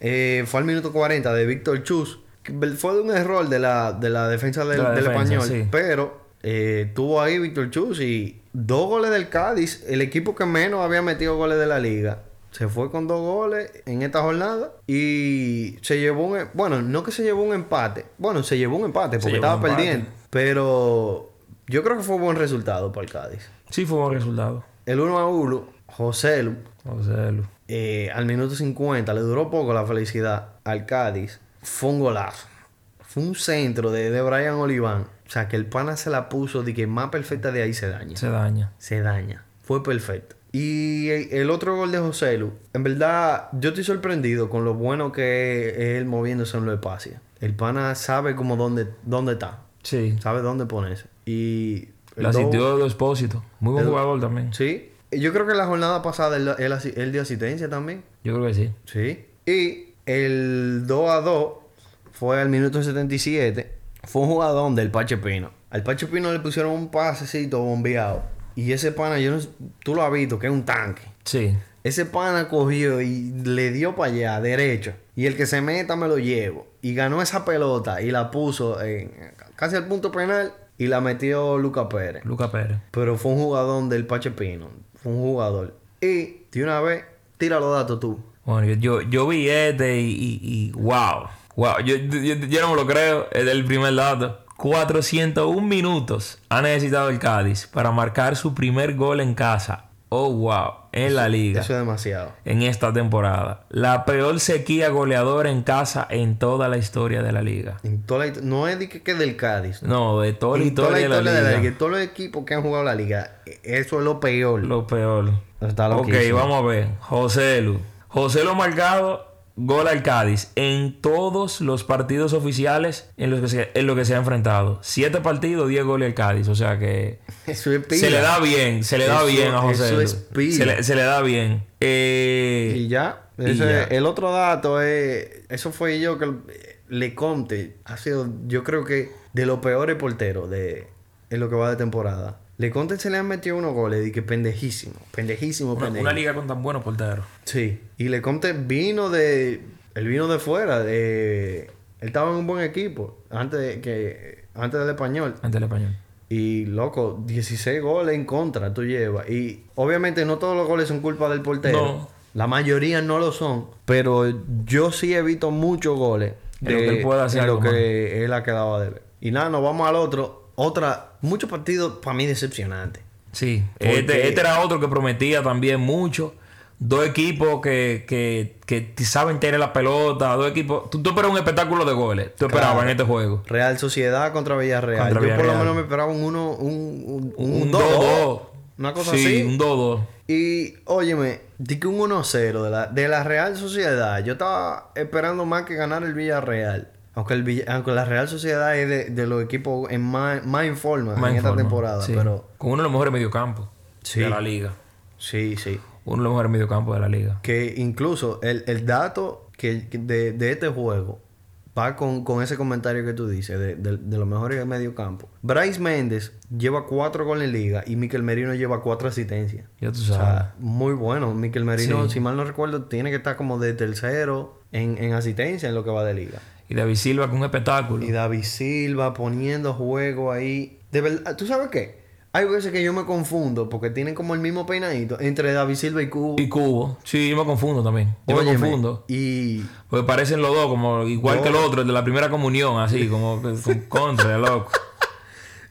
Eh, fue al minuto 40 de Víctor Chus. Que Fue de un error de la, de la defensa del, De la del defensa, español. sí. Pero eh, tuvo ahí Víctor Chus y dos goles del Cádiz. El equipo que menos había metido goles de la liga. Se fue con dos goles en esta jornada y se llevó un... Bueno, no que se llevó un empate. Bueno, se llevó un empate porque llevó estaba un empate. perdiendo. Pero yo creo que fue buen resultado para el Cádiz. Sí, fue un buen resultado. El 1 a 1, José Lu, José Lu. eh, al minuto 50, le duró poco la felicidad al Cádiz. Fue un golazo. Fue un centro de, de Brian Oliván. O sea, que el pana se la puso de que más perfecta de ahí se daña. Se daña. Se daña. Fue perfecto. Y el el otro gol de José Lu, en verdad, yo estoy sorprendido con lo bueno que es él moviéndose en los espacios. El pana sabe como dónde, dónde está. Sí. Sabe dónde ponerse. Y... el La do- asistió de Espósito. Muy buen jugador también. Sí. Yo creo que la jornada pasada él, él asi- él dio asistencia también. Yo creo que sí. Sí. Y el 2 a 2 fue al minuto 77. Fue un jugador del Pache Pino. Al Pache Pino le pusieron un pasecito bombeado. Y ese pana, yo no s- tú lo has visto, que es un tanque. Sí. Ese pana cogió y le dio para allá, derecho. Y el que se meta me lo llevo. Y ganó esa pelota y la puso en- casi al punto penal y la metió Luca Pérez. Luca Pérez. Pero fue un jugador del Pache Pino. Fue un jugador. Y de una vez, tira los datos tú. Bueno, yo, yo, yo vi este y, y- y wow. Wow, yo, yo- yo no me lo creo, es el primer dato. 401 minutos ha necesitado el Cádiz para marcar su primer gol en casa. Oh, wow, en la liga, Eso es demasiado. en esta temporada. La peor sequía goleadora en casa en toda la historia de la liga. En toda la hist- no es de que, que del Cádiz. No, de toda la En toda historia, la de la liga. liga, en Todos los equipos que han jugado la liga. e- Eso es lo peor. Lo peor. Está Ok, loquísimo. vamos a ver. José Lu. José Lu marcado gol al Cádiz en todos los partidos oficiales en los que se, en los que se ha enfrentado. Siete partidos, diez goles al Cádiz. O sea que Eso es pila. se le da bien, se le da Eso- bien a José eso Lu. es pila. Se le, se le da bien. Eh, Y ya. Y Ese- ya. El otro dato es. Eso fue yo que le conté. Ha sido, yo creo que, de los peores porteros de, en lo que va de temporada. Le conté se le han metido unos goles. Y que pendejísimo. Pendejísimo, una, pendejísimo. una liga con tan buenos porteros. Sí. Y Lecomte vino de. Él vino de fuera. De, él estaba en un buen equipo. Antes, de que, antes del español. Ante el español. Y loco, 16 goles en contra tú llevas. Y obviamente no todos los goles son culpa del portero. No. La mayoría no lo son. Pero yo sí he visto muchos goles. En lo que él pueda hacer en lo algo que él ha quedado de ver. Y nada, nos vamos al otro. Otra, muchos partidos para mí decepcionantes. Sí, Porque- este, este era otro que prometía también mucho. Dos equipos que, que, que te saben tener la pelota, dos equipos. Tú, tú esperabas un espectáculo de goles, tú esperabas en este juego. Real Sociedad contra Villarreal. Contra Yo por Villarreal. lo menos me esperaba un 1 un, un, un, Un 2-2. 2-2. Una cosa sí, así. un 2-2. Y óyeme, di que un 1-0 de la, de la Real Sociedad. Yo estaba esperando más que ganar el Villarreal. Aunque, el Villa- aunque la Real Sociedad es de, de los equipos en más, más en forma Más en esta informa, temporada. sí. Pero Con uno de los mejores mediocampos Sí. de la liga. sí, sí. Uno de los mejores mediocampos de la liga. Que incluso el, el dato que, que de, de este juego, va con, con ese comentario que tú dices de, de- de los mejores del medio campo. Bryce Méndez lleva cuatro goles en liga y Miquel Merino lleva cuatro asistencias. Ya tú O sabes. sea, muy bueno. Miquel Merino, Sí. si mal no recuerdo, tiene que estar como de tercero en, en asistencia en lo que va de liga. y David Silva con un espectáculo. Y David Silva poniendo juego ahí. De verdad, ¿tú sabes qué? Hay veces que yo me confundo porque tienen como el mismo peinadito entre David Silva y Cubo. Y Cubo. Sí, yo me confundo también. Yo me Óyeme, confundo. Y Porque parecen los dos, como igual que el otro, el de la primera comunión, así, como que- con contra, loco.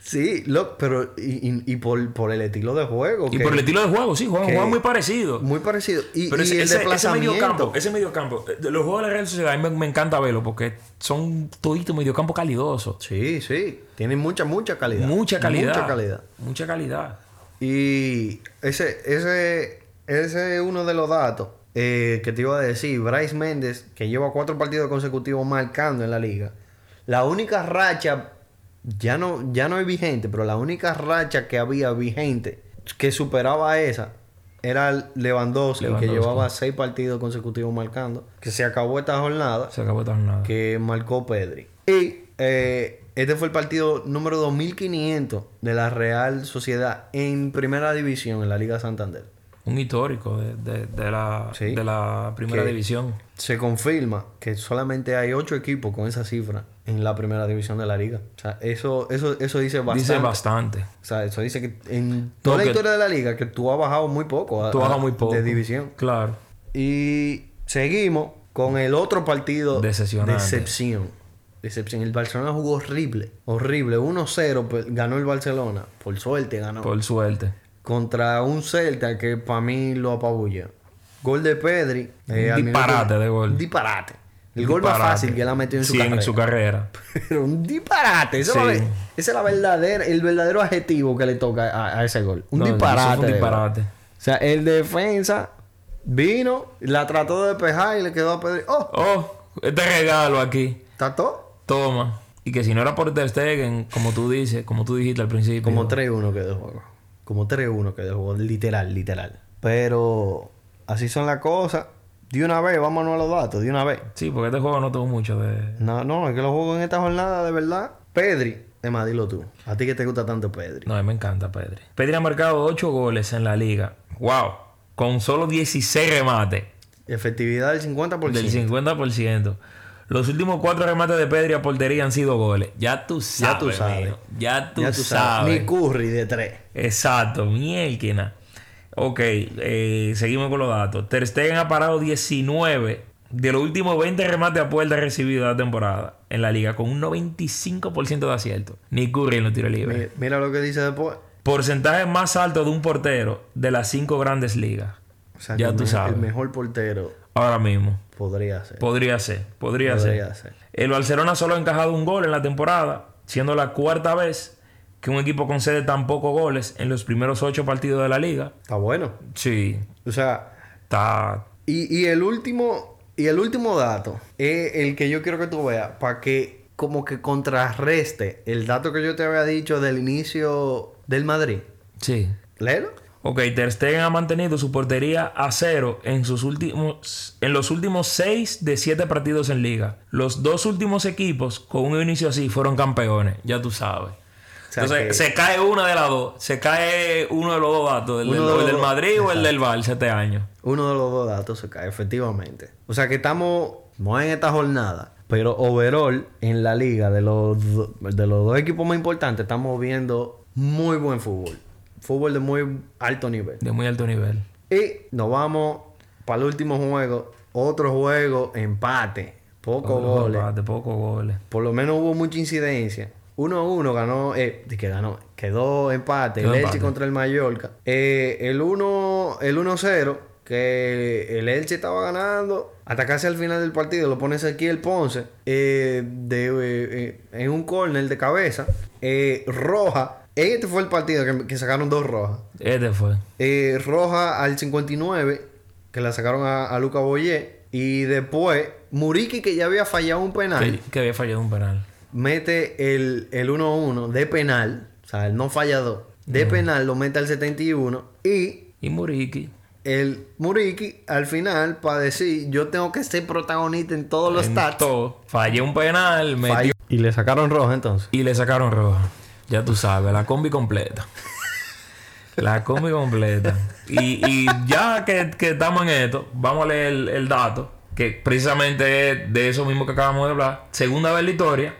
sí, lo, pero y, y- y por, por el estilo de juego. Y que- por el estilo de juego, sí, juegan, que- juegan muy parecido. Muy parecido. Y, Pero y ese, el ese, ese desplazamiento. mediocampo, ese mediocampo, eh, de los juegos de la Real Sociedad, a mí me, me encanta verlo porque son toditos mediocampo calidosos. Sí, sí. Tienen mucha, mucha calidad. Mucha calidad. Mucha calidad. Mucha calidad. Y ese, ese, ese es uno de los datos eh, que te iba a decir. Bryce Méndez, que lleva cuatro partidos consecutivos marcando en la liga. La única racha, ya no, ya no es vigente, pero la única racha que había vigente que superaba a esa era Lewandowski, Lewandowski. que llevaba seis partidos consecutivos marcando. Que se acabó esta jornada Se acabó esta jornada. que marcó Pedri. Y eh, este fue el partido número 2500 de la Real Sociedad en primera división en la Liga Santander. Un histórico de, de- de la, Sí. de la primera Que- división. Se confirma que solamente hay ocho equipos con esa cifra en la primera división de la liga. O sea, eso, eso, eso dice bastante. Dice bastante. o sea, eso dice que en toda la que- historia de la liga que tú has bajado muy poco. a- Tú bajas a- muy poco. Ah, De división. Claro. Y seguimos con el otro partido. Decepcionante. Decepción. Decepción. El Barcelona jugó horrible. Horrible. 1-0 pe- ganó el Barcelona. Por suerte ganó. Por suerte. Contra un Celta que para mí lo apabulla. Gol de Pedri. eh, Un al disparate de gol. Un disparate. El gol más Disparate. fácil que él ha metido en su Sí, carrera. en su carrera. Pero un disparate. Esa, es la Sí. ve- esa es la verdadera, el verdadero adjetivo que le toca a, a ese gol. Un No, eso fue disparate. Un de gol. disparate. O sea, el defensa vino, la trató de despejar y le quedó a Pedri. ¡Oh! Oh, este regalo aquí. ¿Tató? Toma. Y que si no era por Ter Stegen, como tú dices, como tú dijiste al principio. Como 3-1 quedó el juego. Como 3-1 quedó el juego. Literal, literal. Pero así son las cosas. De una vez, vámonos a los datos, de una vez. Sí, porque este juego no tuvo mucho de... No, no, es que los juegos en esta jornada, de verdad. Pedri, es más, dilo tú. A ti que te gusta tanto Pedri. No, a mí me encanta Pedri. Pedri ha marcado 8 goles en la liga. ¡Wow! Con solo 16 remates. Efectividad del 50%. Del 50%. Los últimos 4 remates de Pedri a portería han sido goles. Ya tú sabes. Ya tú sabes. mijo. Ya tú, ya tú sabes. sabes. Ni Curry de 3. Exacto, mielquina. Ok, eh, seguimos con los datos. Ter Stegen ha parado 19 de los últimos 20 remates a puerta recibidos la temporada en la liga con un 95% de acierto. Ni Curry en los tiros libres. Mira lo que dice después. Porcentaje más alto de un portero de las cinco grandes ligas. O sea, Ya que el tú me- sabes. El mejor portero Ahora mismo. podría ser. Podría ser, podría, Podría ser. ser. El Barcelona solo ha encajado un gol en la temporada, siendo la cuarta vez que un equipo concede tan pocos goles en los primeros ocho partidos de la liga. Está bueno. Sí, O sea, está y, y el último y el último dato es el que yo quiero que tú veas para que como que contrarreste el dato que yo te había dicho del inicio del Madrid. Sí. ¿Léelo? Ok, Ter Stegen ha mantenido su portería a cero en, sus últimos, en los últimos seis de siete partidos en liga. Los dos últimos equipos con un inicio así fueron campeones, ya tú sabes. O sea, Entonces, que- se cae una de las dos. Se cae uno de los dos datos, el, Uno del, de los el del dos. Madrid o el del Barça este año. Uno de los dos datos se cae, efectivamente. O sea que estamos, no en esta jornada, pero overall en la liga de los, do- de los dos equipos más importantes estamos viendo muy buen fútbol. Fútbol de muy alto nivel. De muy alto nivel. Y nos vamos para el último juego. Otro juego, empate. Pocos goles. De pocos goles. Por lo menos hubo mucha incidencia. 1-1 ganó, eh, que ganó, quedó empate. Quedó el Elche empate. contra el Mallorca. Eh, el 1 el 1-0, que el Elche estaba ganando. Hasta casi al final del partido lo pones aquí el Ponce. eh, de, eh, eh, en un córner de cabeza. eh, roja. Este fue el partido que, que sacaron dos rojas. Este fue. Eh, roja al 59, que la sacaron a, a Luca Boyer. Y después, Muriqui, que ya había fallado un penal, Que, que había fallado un penal. mete el el 1-1 de penal. O sea, el no fallado. De penal lo mete al 71. Y Y Muriqui. el Muriqui al final para decir yo tengo que ser protagonista en todos los stats. Todo. Fallé un penal, metió- Falló. Y le sacaron roja entonces. y le sacaron roja. Ya tú sabes, la combi completa. La combi completa. Y, y ya que, que estamos en esto, vamos a leer el, el dato, que precisamente es de eso mismo que acabamos de hablar. Segunda vez la historia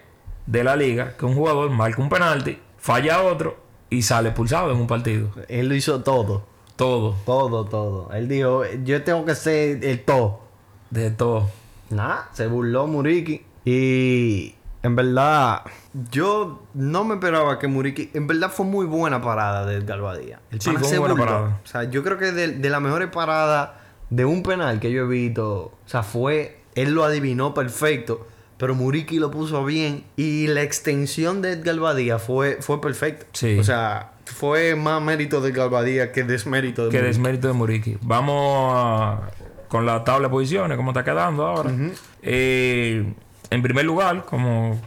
de la liga, que un jugador marca un penalti, falla otro y sale expulsado en un partido. Él lo hizo todo. Todo, Todo, todo. Él dijo, yo tengo que ser el todo. de todo. Nada, se burló Muriqui. Y en verdad, yo no me esperaba que Muriqui. En verdad fue muy buena parada de Edgar Badía. El Sí, pana fue se muy buena burló. parada. O sea, yo creo que de, de las mejores paradas de un penal que yo he visto. O sea, fue. Él lo adivinó perfecto. Pero Muriqui lo puso bien. Y la extensión de Edgar Badía fue, fue perfecta. Sí. O sea, fue más mérito de Edgar Badía que desmérito de Qué Muriqui. desmérito de Muriqui. Vamos a- con la tabla de posiciones, cómo está quedando ahora. Eh, en primer lugar, como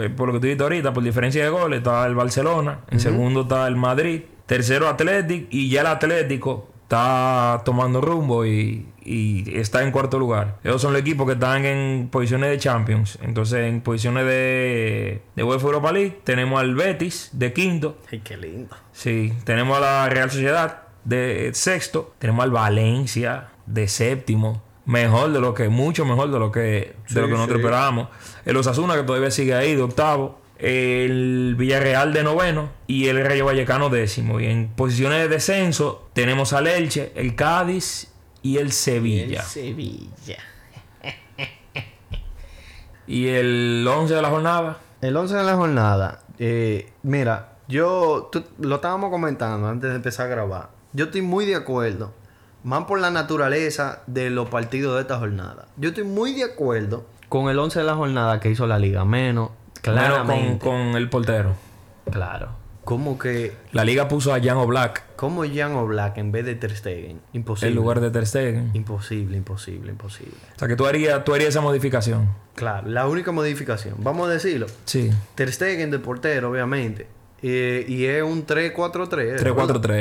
eh, por lo que tú dijiste ahorita, por diferencia de goles, está el Barcelona. En segundo está el Madrid. Tercero, Atlético. Y ya el Atlético está tomando rumbo y, y está en cuarto lugar. Ellos son los equipos que están en posiciones de Champions. Entonces, en posiciones de, de UEFA Europa League, tenemos al Betis de quinto. Ay, qué lindo. Sí, tenemos a la Real Sociedad de sexto, tenemos al Valencia de séptimo, mejor de lo que, mucho mejor de lo que, de lo que nosotros sí. esperábamos. El Osasuna que todavía sigue ahí de octavo, el Villarreal de noveno y el Rayo Vallecano décimo. Y en posiciones de descenso tenemos al Elche, el Cádiz y el Sevilla. Sevilla. Y el once de la jornada, El 11 de la jornada. eh, mira, yo tú- lo estábamos comentando antes de empezar a grabar. Yo estoy muy de acuerdo. Más por la naturaleza de los partidos de esta jornada. Yo estoy muy de acuerdo con el 11 de la jornada que hizo la liga. Menos, claro, con, claramente. con el portero. Claro. Como que, La liga puso a Jan Oblak como Jan Oblak en vez de Ter Stegen. Imposible. en lugar de Ter Stegen. Imposible, imposible, imposible. O sea, que tú harías, tú harías esa modificación. Claro, la única modificación. Vamos a decirlo. Sí. Ter Stegen de portero, obviamente. Eh, y es un 3-4-3. 3-4-3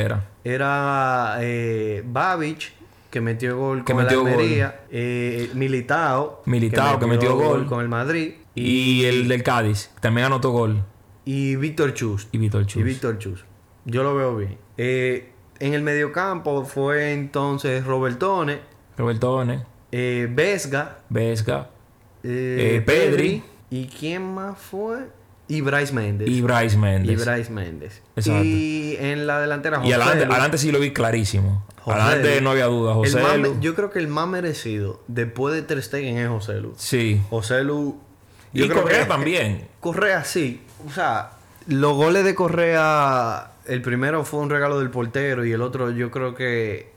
era. Era eh, Babic, que metió gol Que con metió el gol. Almería. Eh, Militao. Militao, que metió gol. con el Madrid. Y, Y el del Cádiz. También anotó gol. y Víctor Chus. Y Víctor Chus. Y Víctor Chus. Yo lo veo bien. Eh, en el mediocampo fue entonces Robertone, Roberto One. eh, Vesga, Vesga. eh, Eh, Pedri. ¿Y quién más fue? Y Bryce Méndez. Y Bryce Y Méndez. Bryce Méndez. Exacto. Y en la delantera Y adelante, Joselu. adelante sí lo vi clarísimo. Joselu. Adelante no había duda. El José más Lu. me- yo creo que el más merecido después de Ter Stegen es José Lu. Sí. José Lu. Y Correa que- también. Correa sí. O sea, los goles de Correa. El primero fue un regalo del portero y el otro yo creo que.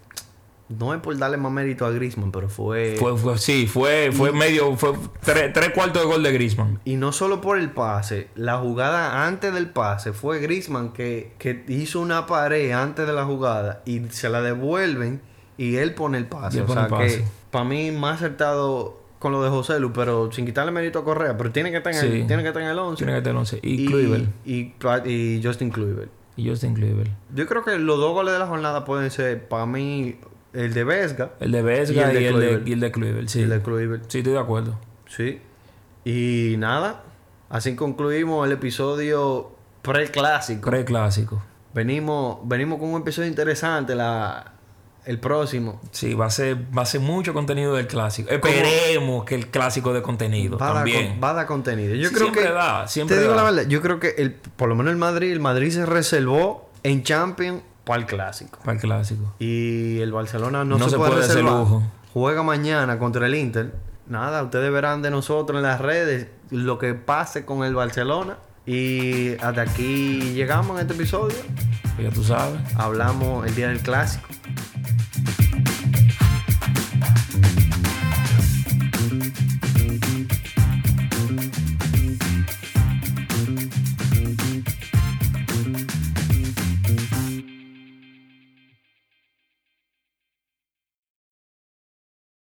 No es por darle más mérito a Griezmann, pero fue. Fue, fue- sí, fue, fue medio. Fue tres, tres cuartos de gol de Griezmann. Y no solo por el pase, la jugada antes del pase fue Grisman que, que hizo una pared antes de la jugada y se la devuelven y él pone el pase. Y él O pone sea el pase. que para mí más acertado con lo de José Lu, pero sin quitarle mérito a Correa, pero tiene que estar en el, Sí. tiene que estar en el 11. Tiene que tener 11. Y, y, Kluivert. y Pla- y Justin Kluivert. Y Justin Kluivert. Yo creo que los dos goles de la jornada pueden ser para mí el de Vesga El de Vesga y el de, Kluivert. y el de Kluivert. y Sí. el de Kluivert. sí, estoy de acuerdo. Sí. Y nada, así concluimos el episodio preclásico. Preclásico. Venimos, venimos con un episodio interesante la, el próximo. Sí, va a ser, va a ser mucho contenido del clásico. Esperemos que el clásico de contenido Va a, dar, también. con- va a dar contenido. Yo Sí, creo siempre que da, siempre te digo da. la verdad, yo creo que el, por lo menos el Madrid, el Madrid se reservó en Champions para el clásico. Para el clásico. Y el Barcelona no, No se, se puede, puede hacer reservar. lujo. Juega mañana contra el Inter. Nada, ustedes verán de nosotros en las redes lo que pase con el Barcelona. Y hasta aquí llegamos en este episodio. Pues Ya tú sabes. Hablamos el día del clásico.